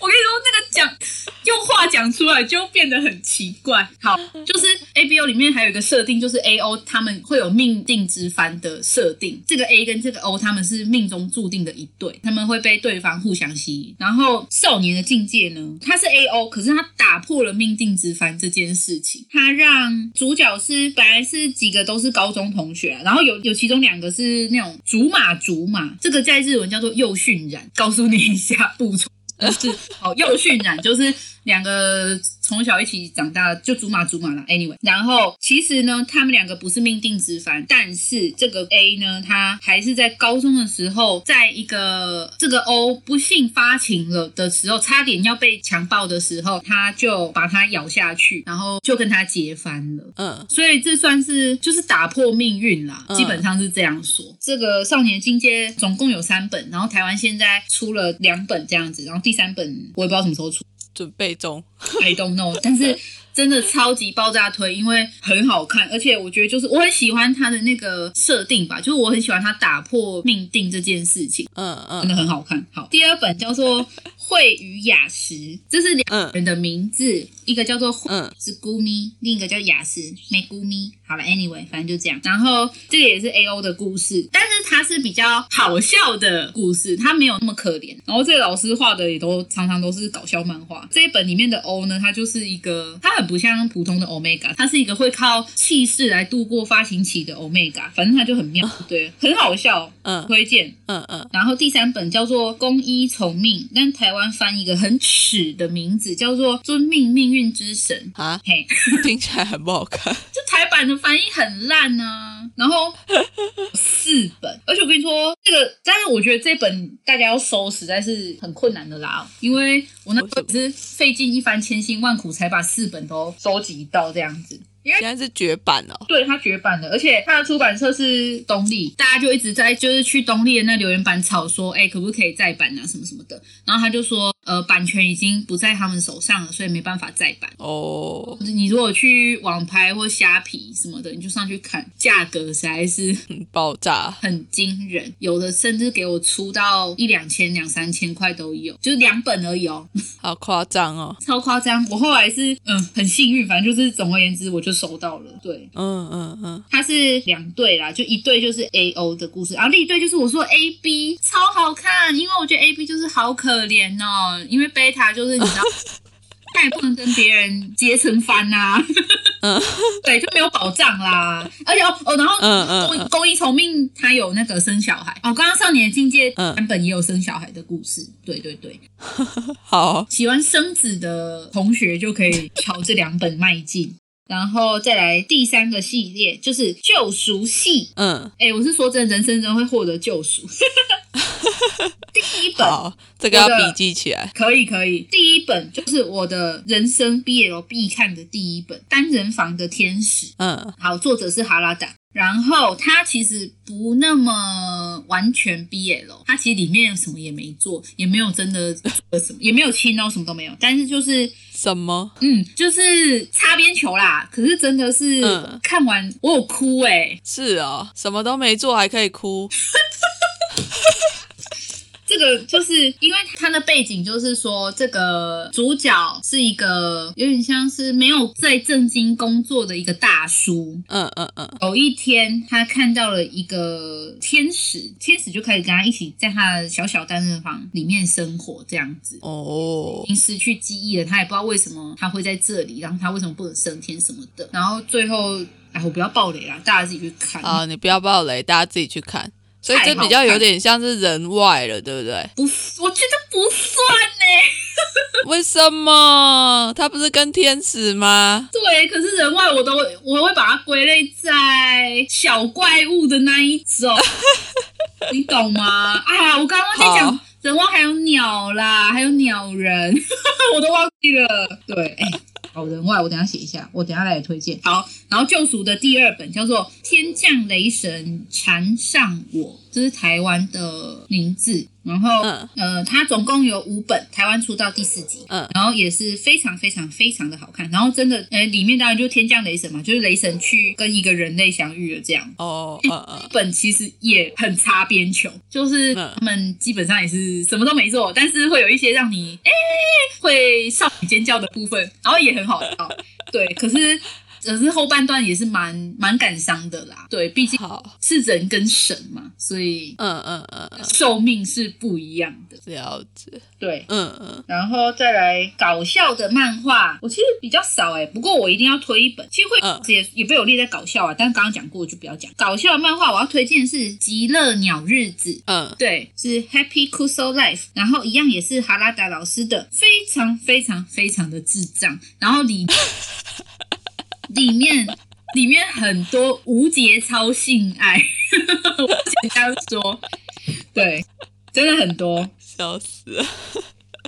B: 我跟你说，这个讲用话讲出来就变得很奇怪。好，就是 A B O 里面还有一个设定，就是 A O 他们会有命定之番的设定。这个 A 跟这个 O 他们是命中注定的一对，他们会被对方互相吸引。然后少年的境界呢，他是 A O，可是他打破了命定之番这件事情，他让主角是本来是几个都是高中同学啊，然后有有其中两个是那种竹马竹马，这个在日文叫做幼训染，告诉你一下补充。就是哦，幼训染就是两个从小一起长大，就竹马竹马啦。Anyway，然后其实呢，他们两个不是命定之番，但是这个 A 呢，他还是在高中的时候，在一个这个 O 不幸发情了的时候，差点要被强暴的时候，他就把它咬下去，然后就跟他结翻了。
A: 嗯，
B: 所以这算是就是打破命运啦，
A: 嗯
B: 基本上是这样说。这个《少年进阶》总共有三本，然后台湾现在出了两本这样子，然后第三本我也不知道什么时候出
A: 准备中。
B: ，I don't know，但是。真的超级爆炸推，因为很好看，而且我觉得就是我很喜欢它的那个设定吧，就是我很喜欢它打破命定这件事情，
A: 嗯嗯
B: 真的很好看。好，第二本叫做《惠与雅石》，这是两
A: 嗯
B: 人的名字，一个叫做惠
A: 嗯，
B: 是 Gumi，另一个叫雅思 Megumi。好了，anyway，反正就这样。然后这个也是 A O 的故事，但是它是比较好笑的故事，它没有那么可怜。然后这个老师画的也都常常都是搞笑漫画。这一本里面的 O 呢，它就是一个，它很不像普通的 Omega，它是一个会靠气势来度过发情期的 Omega，反正它就很妙，对，很好笑，
A: 嗯
B: 推荐。
A: 嗯嗯，
B: 然后第三本叫做《公医从命》，但台湾翻一个很耻的名字，叫做《遵命命运之神》。
A: 啊，
B: 嘿，
A: 听起来很不好看。
B: 就台版的翻译很烂啊。然后四本，而且我跟你说，这个，但是我觉得这本大家要收实在是很困难的啦，因为我那时候也是费尽一番千辛万苦才把四本都收集到这样子。因为
A: 现在是绝版哦，
B: 对它绝版的，而且它的出版社是东立，大家就一直在就是去东立的那留言板吵说，哎、可不可以再版啊，什么什么的。然后他就说，呃，版权已经不在他们手上了，所以没办法再版。
A: 哦，
B: 你如果去网拍或虾皮什么的，你就上去看，价格实在是
A: 嗯爆炸，
B: 很惊人，有的甚至给我出到一两千、两三千块都有，就是两本而已哦，
A: 好夸张哦。
B: 超夸张。我后来是嗯很幸运，反正就是总而言之，我就收到了。对，
A: 嗯嗯嗯，
B: 它是两对啦，就一对就是 A O 的故事，然后另一对就是我说 A B 超好看，因为我觉得 A B 就是好可怜哦，因为贝塔就是你知 道，他也不能跟别人结成番呐、啊， 对，就没有保障啦。而且哦哦，然后
A: 嗯嗯
B: 公
A: 嗯
B: 公益从命他有那个生小孩哦，刚刚少年的境界
A: 嗯
B: 版本也有生小孩的故事，对对对，
A: 好，
B: 喜欢生子的同学就可以朝这两本迈进。 然后再来第三个系列就是救赎系，
A: 嗯，
B: 哎、我是说真的，人生中会获得救赎。 第一本
A: 好，这个要
B: 我的
A: 笔记起来。
B: 可以可以，第一本就是我的人生 BL 必看的第一本《单人房的天使》。
A: 嗯
B: 好，作者是哈拉达。然后他其实不那么完全 BL，他其实里面什么也没做，也没有真的做了什么，也没有亲哦，什么都没有。但是就是，
A: 什么？
B: 嗯，就是擦边球啦。可是真的是、
A: 嗯
B: 看完我有哭欸诶、
A: 是哦，什么都没做还可以哭。
B: 这个就是因为它的背景，就是说这个主角是一个有点像是没有在正经工作的一个大叔。
A: 嗯嗯嗯，
B: 有一天，他看到了一个天使，天使就开始跟他一起在他的小小单人房里面生活，这样子。
A: 哦
B: 已，经失去记忆了，他也不知道为什么他会在这里，然后他为什么不能升天什么的。然后最后，哎，我不要暴雷啦，大家自己去看。
A: 啊，你不要暴雷，大家自己去看。所以这比较有点像是人外了，对不对？
B: 不， 我觉得不算欸呢、
A: 为什么？他不是跟天使吗？
B: 对，可是人外我都会我会把它归类在小怪物的那一 种，你懂吗？啊，我刚刚忘记讲
A: 好
B: 人外还有鸟啦，还有鸟人， 我都忘记了。对，哎、好人外，我等一下写一下，我等一下来推荐。好，然后救赎的第二本叫做《天降雷神缠上我》，这是台湾的名字。然后，
A: 嗯
B: 呃，它总共有五本，台湾出到第四集。
A: 嗯
B: 然后也是非常非常非常的好看。然后真的，呃，里面当然就是天降雷神嘛，就是雷神去跟一个人类相遇了这样。
A: 哦，嗯嗯，
B: 本其实也很擦边球，就是
A: 嗯
B: 他们基本上也是什么都没做，但是会有一些让你哎、会少女尖叫的部分，然后也很 好笑。对，可是可是后半段也是蛮蛮感伤的啦。对，毕竟
A: 好，
B: 是人跟神嘛，所以
A: 嗯嗯嗯嗯，
B: 寿命是不一样的。
A: 了解，
B: 对，
A: 嗯嗯，
B: 然后再来搞笑的漫画，我其实比较少哎、不过我一定要推一本，其实会
A: 嗯
B: 也、也被我列在搞笑啊，但是刚刚讲过就不要讲搞笑的漫画。我要推荐的是《极乐鸟日子》，
A: 嗯，
B: 对，是 Happy Kuso Life，然后一样也是哈拉达老师的，非常非常非常的智障，然后里里面里面很多无节操性爱， 我简单说，对，真的很多。
A: 笑死了。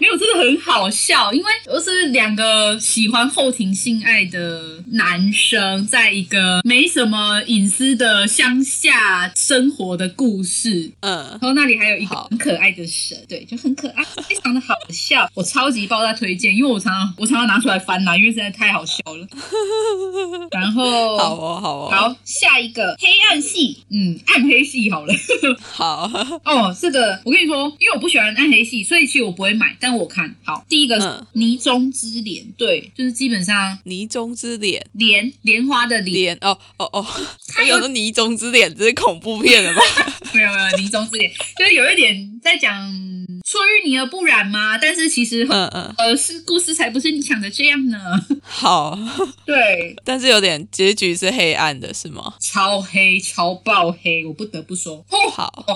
B: 没有，真的很好笑，因为就是两个喜欢后庭性爱的男生，在一个没什么隐私的乡下生活的故事。
A: 嗯，
B: 然后那里还有一个
A: 好
B: 很可爱的蛇，对，就很可爱，非常的好笑。我超级爆炸推荐，因为我常常我常常拿出来翻啊啦，因为实在太好笑 了。然后
A: 好哦，好哦，
B: 好下一个黑暗系，嗯，暗黑系好了。
A: 好，
B: 哦，这个我跟你说，因为我不喜欢暗黑系，所以其实我不会买，但我看好。第一个是
A: 嗯
B: 泥中之莲，对，就是基本上
A: 泥中之脸，
B: 莲莲花的莲，
A: 脸，哦哦哦，
B: 它
A: 我
B: 有
A: 有说泥中之脸，这是恐怖片了吧？
B: 没有没有泥中之莲，就是有一点在讲出淤泥而不染嘛，但是其实
A: 嗯嗯，
B: 呃是故事才不是你想的这样呢，
A: 好，
B: 对，
A: 但是有点结局是黑暗的，是吗？
B: 超黑超爆黑，我不得不说，哦，
A: 好，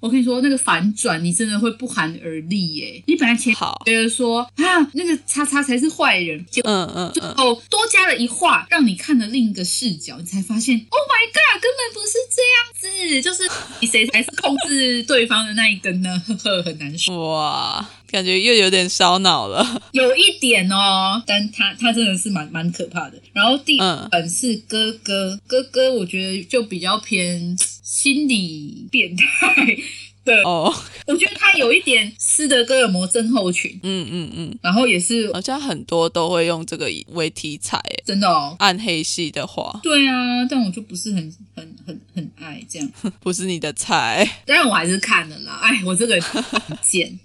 B: 我跟你说那个反转你真的会不寒而栗耶，你本来前
A: 好，
B: 觉得说啊那个叉叉才是坏人，结果
A: 嗯嗯
B: 最
A: 嗯，
B: 后多加了一画，让你看了另一个视角，你才发现，Oh my god，根本不是这样子，就是你谁才是控制对方的那一根呢？ 呵呵，很难说，
A: 哇，感觉又有点烧脑了。
B: 有一点哦，但他他真的是蛮蛮可怕的。然后第
A: 嗯
B: 二本是哥哥，哥哥我觉得就比较偏心理变态。 对，
A: 哦，
B: 我觉得他有一点斯德哥尔摩症候群，
A: 嗯嗯嗯，
B: 然后也是
A: 好像很多都会用这个为题材，诶
B: 真的哦。
A: 暗黑系的话
B: 对啊，但我就不是很很很很爱这样。
A: 不是你的菜。
B: 但我还是看了啦。哎，我这个人很 贱，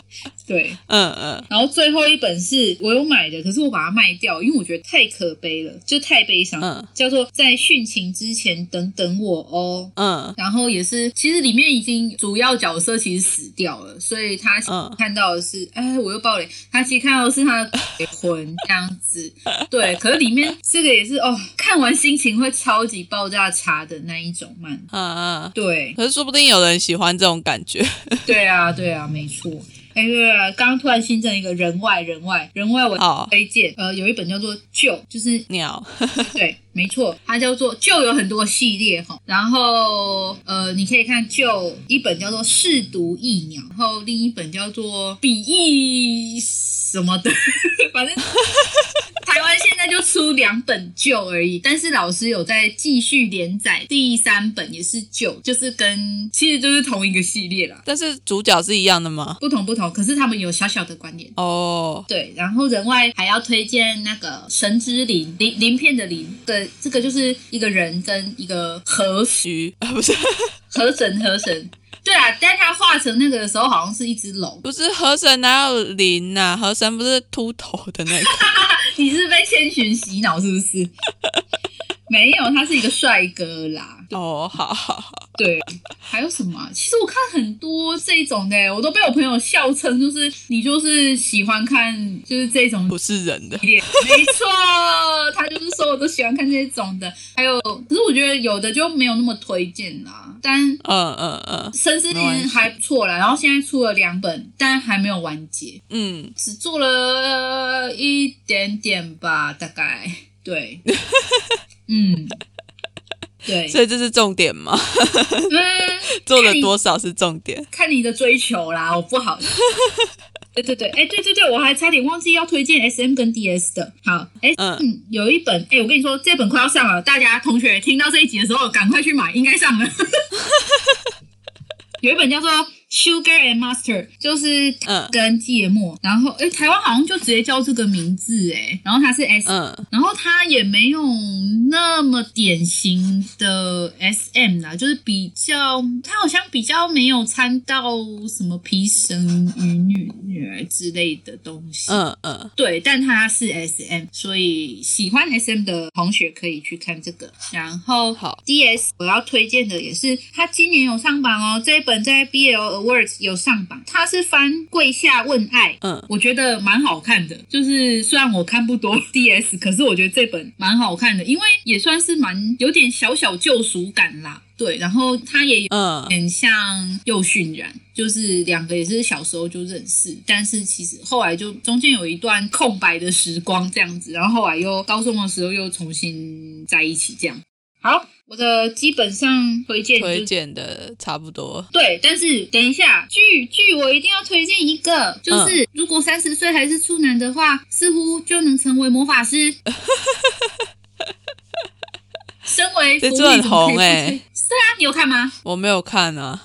B: 对。
A: 嗯嗯，
B: 然后最后一本是我有买的，可是我把它卖掉，因为我觉得太可悲了，就太悲伤。
A: 嗯
B: 叫做在殉情之前等等我哦。
A: 嗯
B: 然后也是，其实里面已经主要角色其实死掉了，所以他
A: 嗯
B: 看到的是，哎、我又爆雷，他其实看到的是他的鬼魂这 样子，对。可是里面这个也是哦，看完心情会超级爆炸差的那一种漫，
A: 嗯嗯，
B: 对。
A: 可是说不定有人喜欢这种感觉。
B: 对啊，对啊，没错。哎、哎，对对对，刚刚突然新增一个人外人外人外，我
A: 好
B: 推荐、呃有一本叫做《旧》，就是
A: 鸟，
B: 对，没错，它叫做旧有很多系列哈，然后呃，你可以看旧一本叫做《试读疫苗》，然后另一本叫做《比翼什么的》， 反正台湾现在就出两本旧而已，但是老师有在继续连载第三本也是旧，就是跟其实就是同一个系列啦，
A: 但是主角是一样的吗？
B: 不同不同，可是他们有小小的关联。
A: 哦，
B: 对，然后人外还要推荐那个神之鳞鳞鳞片的鳞的，这个就是一个人跟一个河
A: 鱼 啊，不是，
B: 河神河神。对啊，但他画成那个的时候，好像是一只龙。
A: 不是河神哪有鳞呐、河神不是秃头的那个
B: 你是被千寻洗脑是不是？ 没有，他是一个帅哥啦。
A: 哦，好好好，
B: 对，还有什么啊、其实我看很多这种的，我都被我朋友笑称，就是你就是喜欢看就是这种
A: 不是人的，
B: 没错，他就是说我都喜欢看这种的，还有，可是我觉得有的就没有那么推荐啦。但《
A: 嗯嗯嗯
B: 神之恋》还不错啦，然后现在出了两本，但还没有完结，
A: 嗯，
B: 只做了一点点吧，大概对，嗯，对，
A: 所以这是重点吗？
B: 嗯，
A: 做了多少是重点？
B: 看你的追求啦，我不好。对对对，哎、对对对，我还差点忘记要推荐 S M 跟 D S 的。好，S
A: 嗯
B: 嗯，有一本，哎、我跟你说，这本快要上了，大家同学听到这一集的时候，赶快去买，应该上了。 有一本叫做《Sugar and Master》，就是
A: 嗯
B: 跟芥末，然后哎、台湾好像就直接叫这个名字哎，然后它是 S
A: 嗯
B: 然后他也没有那么典型的 S M 啦，就是比较他好像比较没有掺到什么皮神与女女儿之类的东西。
A: 嗯嗯，
B: 对，但它是 S M，所以喜欢 S M 的同学可以去看这个。然后
A: 好
B: ，D S 我要推荐的也是，它今年有上榜哦，这一本在 B L Awards 有上榜，它是翻《跪下问爱》，
A: 嗯
B: 我觉得蛮好看的。就是虽然我看不多 D S，可是我觉得这本蛮好看的，因为也算是蛮有点小小救赎感啦。对，然后它也有
A: 嗯
B: 很像又渲染，就是两个也是小时候就认识，但是其实后来就中间有一段空白的时光这样子，然后后来又高中的时候又重新在一起这样。好，我的基本上推荐就是
A: 推荐的差不多。
B: 对，但是等一下，剧剧我一定要推荐一个，
A: 嗯
B: 就是、如果三十岁还是处男的话，似乎就能成为魔 法师。身为
A: 这
B: 腐
A: 剧很
B: 女怎么可以
A: 红
B: 不
A: 欸
B: 推是啊，你有看吗？
A: 我没有看啊，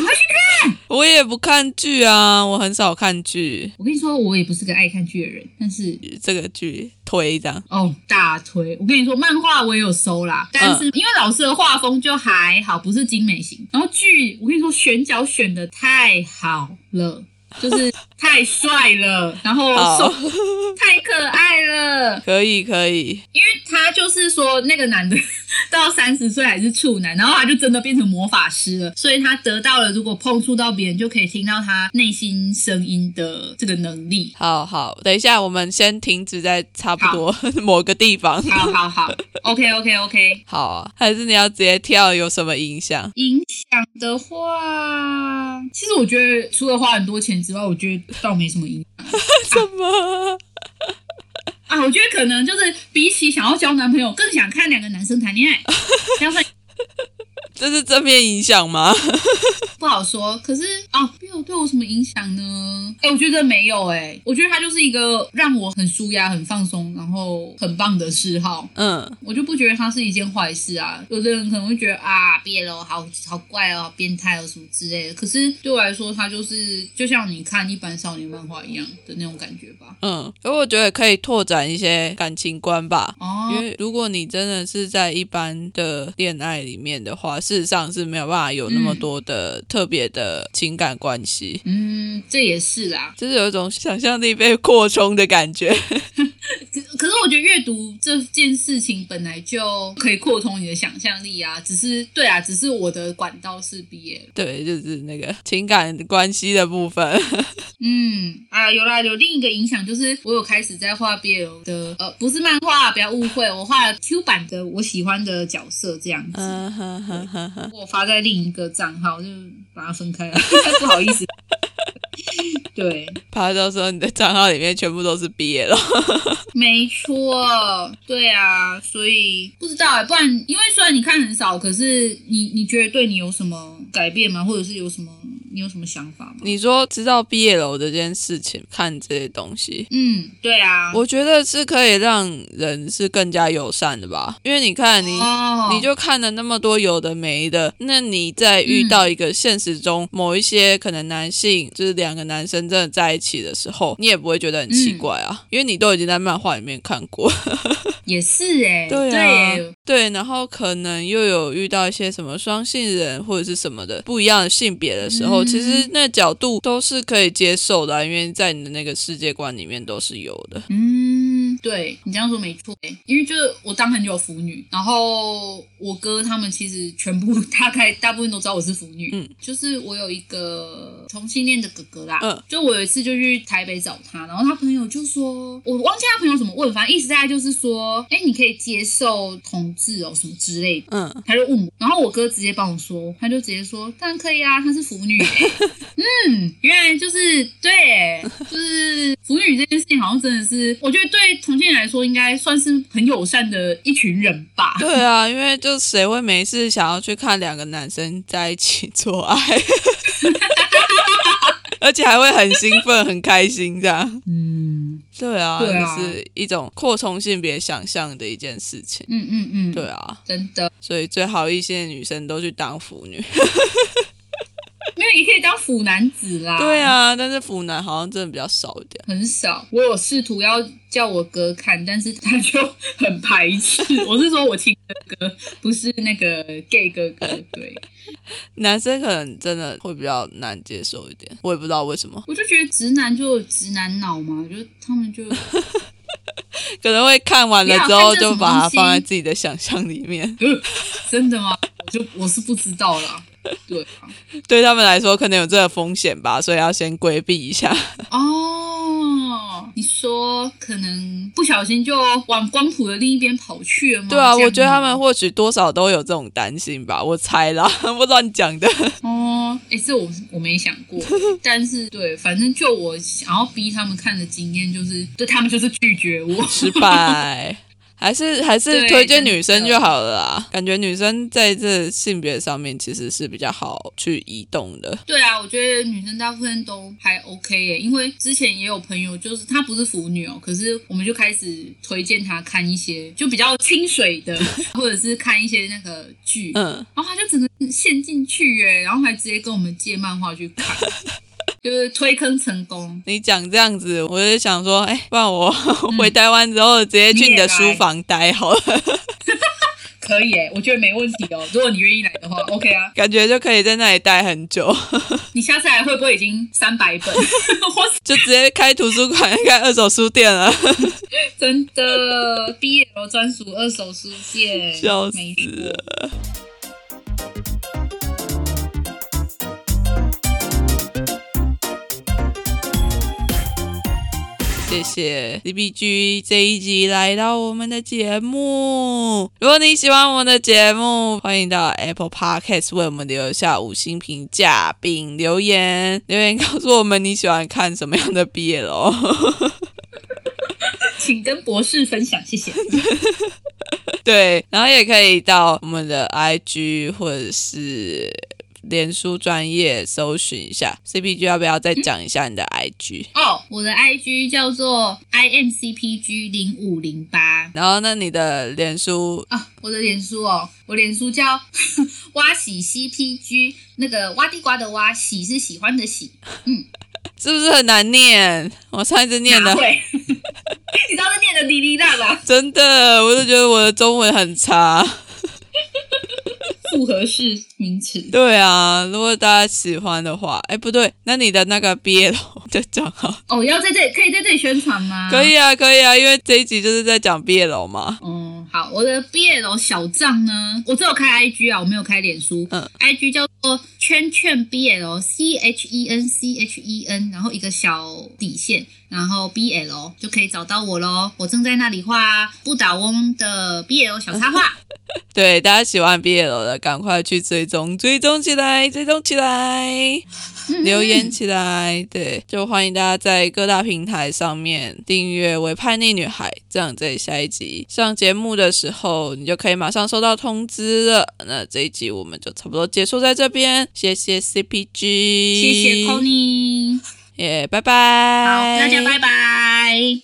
A: 我也不看剧啊，我很少看剧，
B: 我跟你说，我也不是个爱看剧的人，但是
A: 这个剧推这样。
B: 哦，大推！我跟你说，漫画我也有收啦，但是因为老师的画风就还好，不是精美型。然后剧，我跟你说，选角选的太好了，就是太帅了，然后
A: 好
B: 手太可爱了。
A: 可以可以，
B: 因为他就是说那个男的 到三十岁还是处男，然后他就真的变成魔法师了，所以他得到了如果碰触到别人就可以听到他内心声音的这个能力。
A: 好好，等一下我们先停止在差不多 某个地方。
B: 好好好，OK OK OK。
A: 好啊，还是你要直接跳有什么影 响？
B: 影响的话，其实我觉得除了花很多钱之外，我觉得倒没什么影响
A: 什么？
B: 啊。我觉得可能就是比起想要交男朋友，更想看两个男生谈恋爱，要不然
A: 这是正面影响吗？
B: 不好说。可是啊，没有对我什么影响呢？哎、我觉得没有哎、我觉得它就是一个让我很舒压、很放松，然后很棒的嗜好。
A: 嗯，
B: 我就不觉得它是一件坏事啊。有的人可能会觉得啊，毕业了，好好怪哦，好变态哦，什么之类的。可是对我来说，它就是就像你看一般少年漫画一样的那种感觉吧。
A: 嗯，可我觉得可以拓展一些感情观吧。因
B: 哦，
A: 为如果你真的是在一般的恋爱里面的话，事实上是没有办法有那么
B: 嗯
A: 多的特别的情感关系，
B: 嗯，这也是啦。
A: 就是有一种想象力被扩充的感觉。
B: 可可是我觉得阅读这件事情本来就可以扩充你的想象力啊。只是对啊，只是我的管道是毕业了。
A: 对，就是那个情感关系的部分。
B: 嗯啊，有啦，有另一个影响就是我有开始在画 BL 的，呃，不是漫画，不要误会，我画了 Q 版的我喜欢的角色这样子。
A: 嗯哼哼哼哼，
B: 我发在另一个账号，就把它分开了，不好意思。对，
A: 怕到时候你的账号里面全部都是 BL。
B: 没错，对啊，所以不知道哎、不然因为虽然你看很少，可是你你觉得对你有什么改变吗？或者是有什么你有什么想法吗？
A: 你说知道 BL 这件事情，看这些东西，
B: 嗯，对啊，
A: 我觉得是可以让人是更加友善的吧，因为你看你。
B: 哦，
A: 你就看了那么多有的没的，那你在
B: 嗯
A: 遇到一个现实中某一些可能男性，就是两个男生真的在一起的时候，你也不会觉得很
B: 嗯
A: 奇怪啊，因为你都已经在漫画里面看过。
B: 也是哎、
A: 对啊，
B: 耶
A: 对然后可能又有遇到一些什么双性人或者是什么的不一样的性别的时候，
B: 嗯
A: 其实那角度都是可以接受的啊、因为在你的那个世界观里面都是有的。
B: 嗯，对你这样说没错、欸，因为就是我当很久腐女，然后我哥他们其实全部大概大部分都知道我是腐女，
A: 嗯，
B: 就是我有一个同性恋的哥哥啦，
A: 嗯，
B: 就我有一次就去台北找他，然后他朋友就说，我忘记他朋友怎么问，反正意思大概就是说，哎、你可以接受同志哦什么之类的。
A: 嗯，
B: 他就问我，然后我哥直接帮我说，他就直接说，当然可以啊，她是腐女、欸。 嗯，原来就是对，欸就是腐女这件事情，好像真的是，我觉得对同性恋来说，应该算是很友善的一群人 吧。
A: 对啊，因为就谁会没事想要去看两个男生在一起做爱， 而且还会很兴奋、很开心这样。
B: 嗯
A: 对啊，
B: 对啊
A: 就是一种扩充性别想象的一件事情。
B: 嗯嗯嗯，
A: 对，啊，
B: 真的，
A: 所以最好一些女生都去当腐 女。
B: 没有也可以当腐男子啦。
A: 对，啊，但是腐男好像真的比较少一点。
B: 很少。我有试图要叫我哥看，但是他就很排斥。 我是说我亲哥哥，不是那个 gay 哥哥。对，
A: 男生可能真的会比较难接受一点，我也不知道为什么，
B: 我就觉得直男就有直男脑嘛，就他们就。呃
A: 可能会看完了
B: 你好
A: 之后
B: 看这什
A: 就
B: 么
A: 把它
B: 东西
A: 放在自己的想象里面。
B: 呃真的吗？ 我就我是不知道啦。对啊，
A: 对他们来说，可能有这个风险吧，所以要先规避一下。
B: 哦，你说可能不小心就往光谱的另一边跑去了吗？
A: 对啊，
B: 这样哦吗
A: 我觉得他们或许多少都有这种担心吧，我猜啦， 不乱讲的。
B: 哦，哎，这我我没想 过，但是对，反正就我想要逼他们看的经验，就是就他们就是拒绝我。
A: 失败。 还是还是
B: 对
A: 推荐
B: 真的
A: 女生就好了啦，感觉女生在这性别上面其实是比较好去移动的。
B: 对啊，我觉得女生大部分都还 OK 耶，因为之前也有朋友，就是她不是腐女哦，可是我们就开始推荐她看一些就比较清水的， 或者是看一些那个剧，
A: 嗯，
B: 然后她就整个陷进去耶，然后还直接跟我们借漫画去看，就是推坑成功。
A: 你讲这样子，我就想说，哎、不然我
B: 嗯
A: 回台湾之后直接去你的书房待好了，
B: 可以哎，我觉得没问题哦。如果你愿意来的话，OK 啊。
A: 感觉就可以在那里待很久，
B: 你下次来会不会已经三百本？ 我
A: 就直接开图书馆、开二手书店了。
B: 真的 BL 专属二手书店，
A: 笑死
B: 没错。
A: 谢谢 C B G 这一集来到我们的节目。如果你喜欢我们的节目，欢迎到 Apple Podcast 为我们留下五星评价并留言，留言告诉我们你喜欢看什么样的 BL。
B: 请跟博士分享，谢谢。
A: 对，然后也可以到我们的 I G 或者是脸书专业搜寻一下 C B G，要不要再讲一下你的 I G？
B: 哦，我的 IG 叫做 imcpg 零五零八
A: 然后那你的脸书
B: 啊，我的脸书哦，我脸书叫 蛙喜 CPG，那个挖地瓜的蛙，喜是喜欢的喜，
A: 是不是很难念？我上一次念的
B: 哪会？ 你知道这念的哩哩啦啦，
A: 真的，我就觉得我的中文很差。
B: 复合式名词。
A: 对啊，如果大家喜欢的话，哎，不对，那你的那个 BL 的账号
B: 哦，要在这里可以在这里宣传吗？
A: 可。以啊，可以啊，因为这一集就是在讲 BL 嘛。
B: 嗯，好，我的 BL 小账呢，我只有开 IG 啊，我没有开脸书。
A: 嗯
B: ，IG 叫做圈圈 BL C H E N C H E N，然后一个小底线然后 BL 就可以找到我喽。我正在那里画不倒翁的 BL 小插画。
A: 对，大家喜欢 BL 的，赶快去追踪，追踪起来，追踪起来， 留言起来。对，就欢迎大家在各大平台上面订阅《为叛逆女孩》，这样在下一集上节目的时候，你就可以马上收到通知了。那这一集我们就差不多结束在这边，谢谢 CPG，
B: 谢谢 Conny，
A: 耶，拜
B: 好，
A: 拜，
B: 大家拜拜。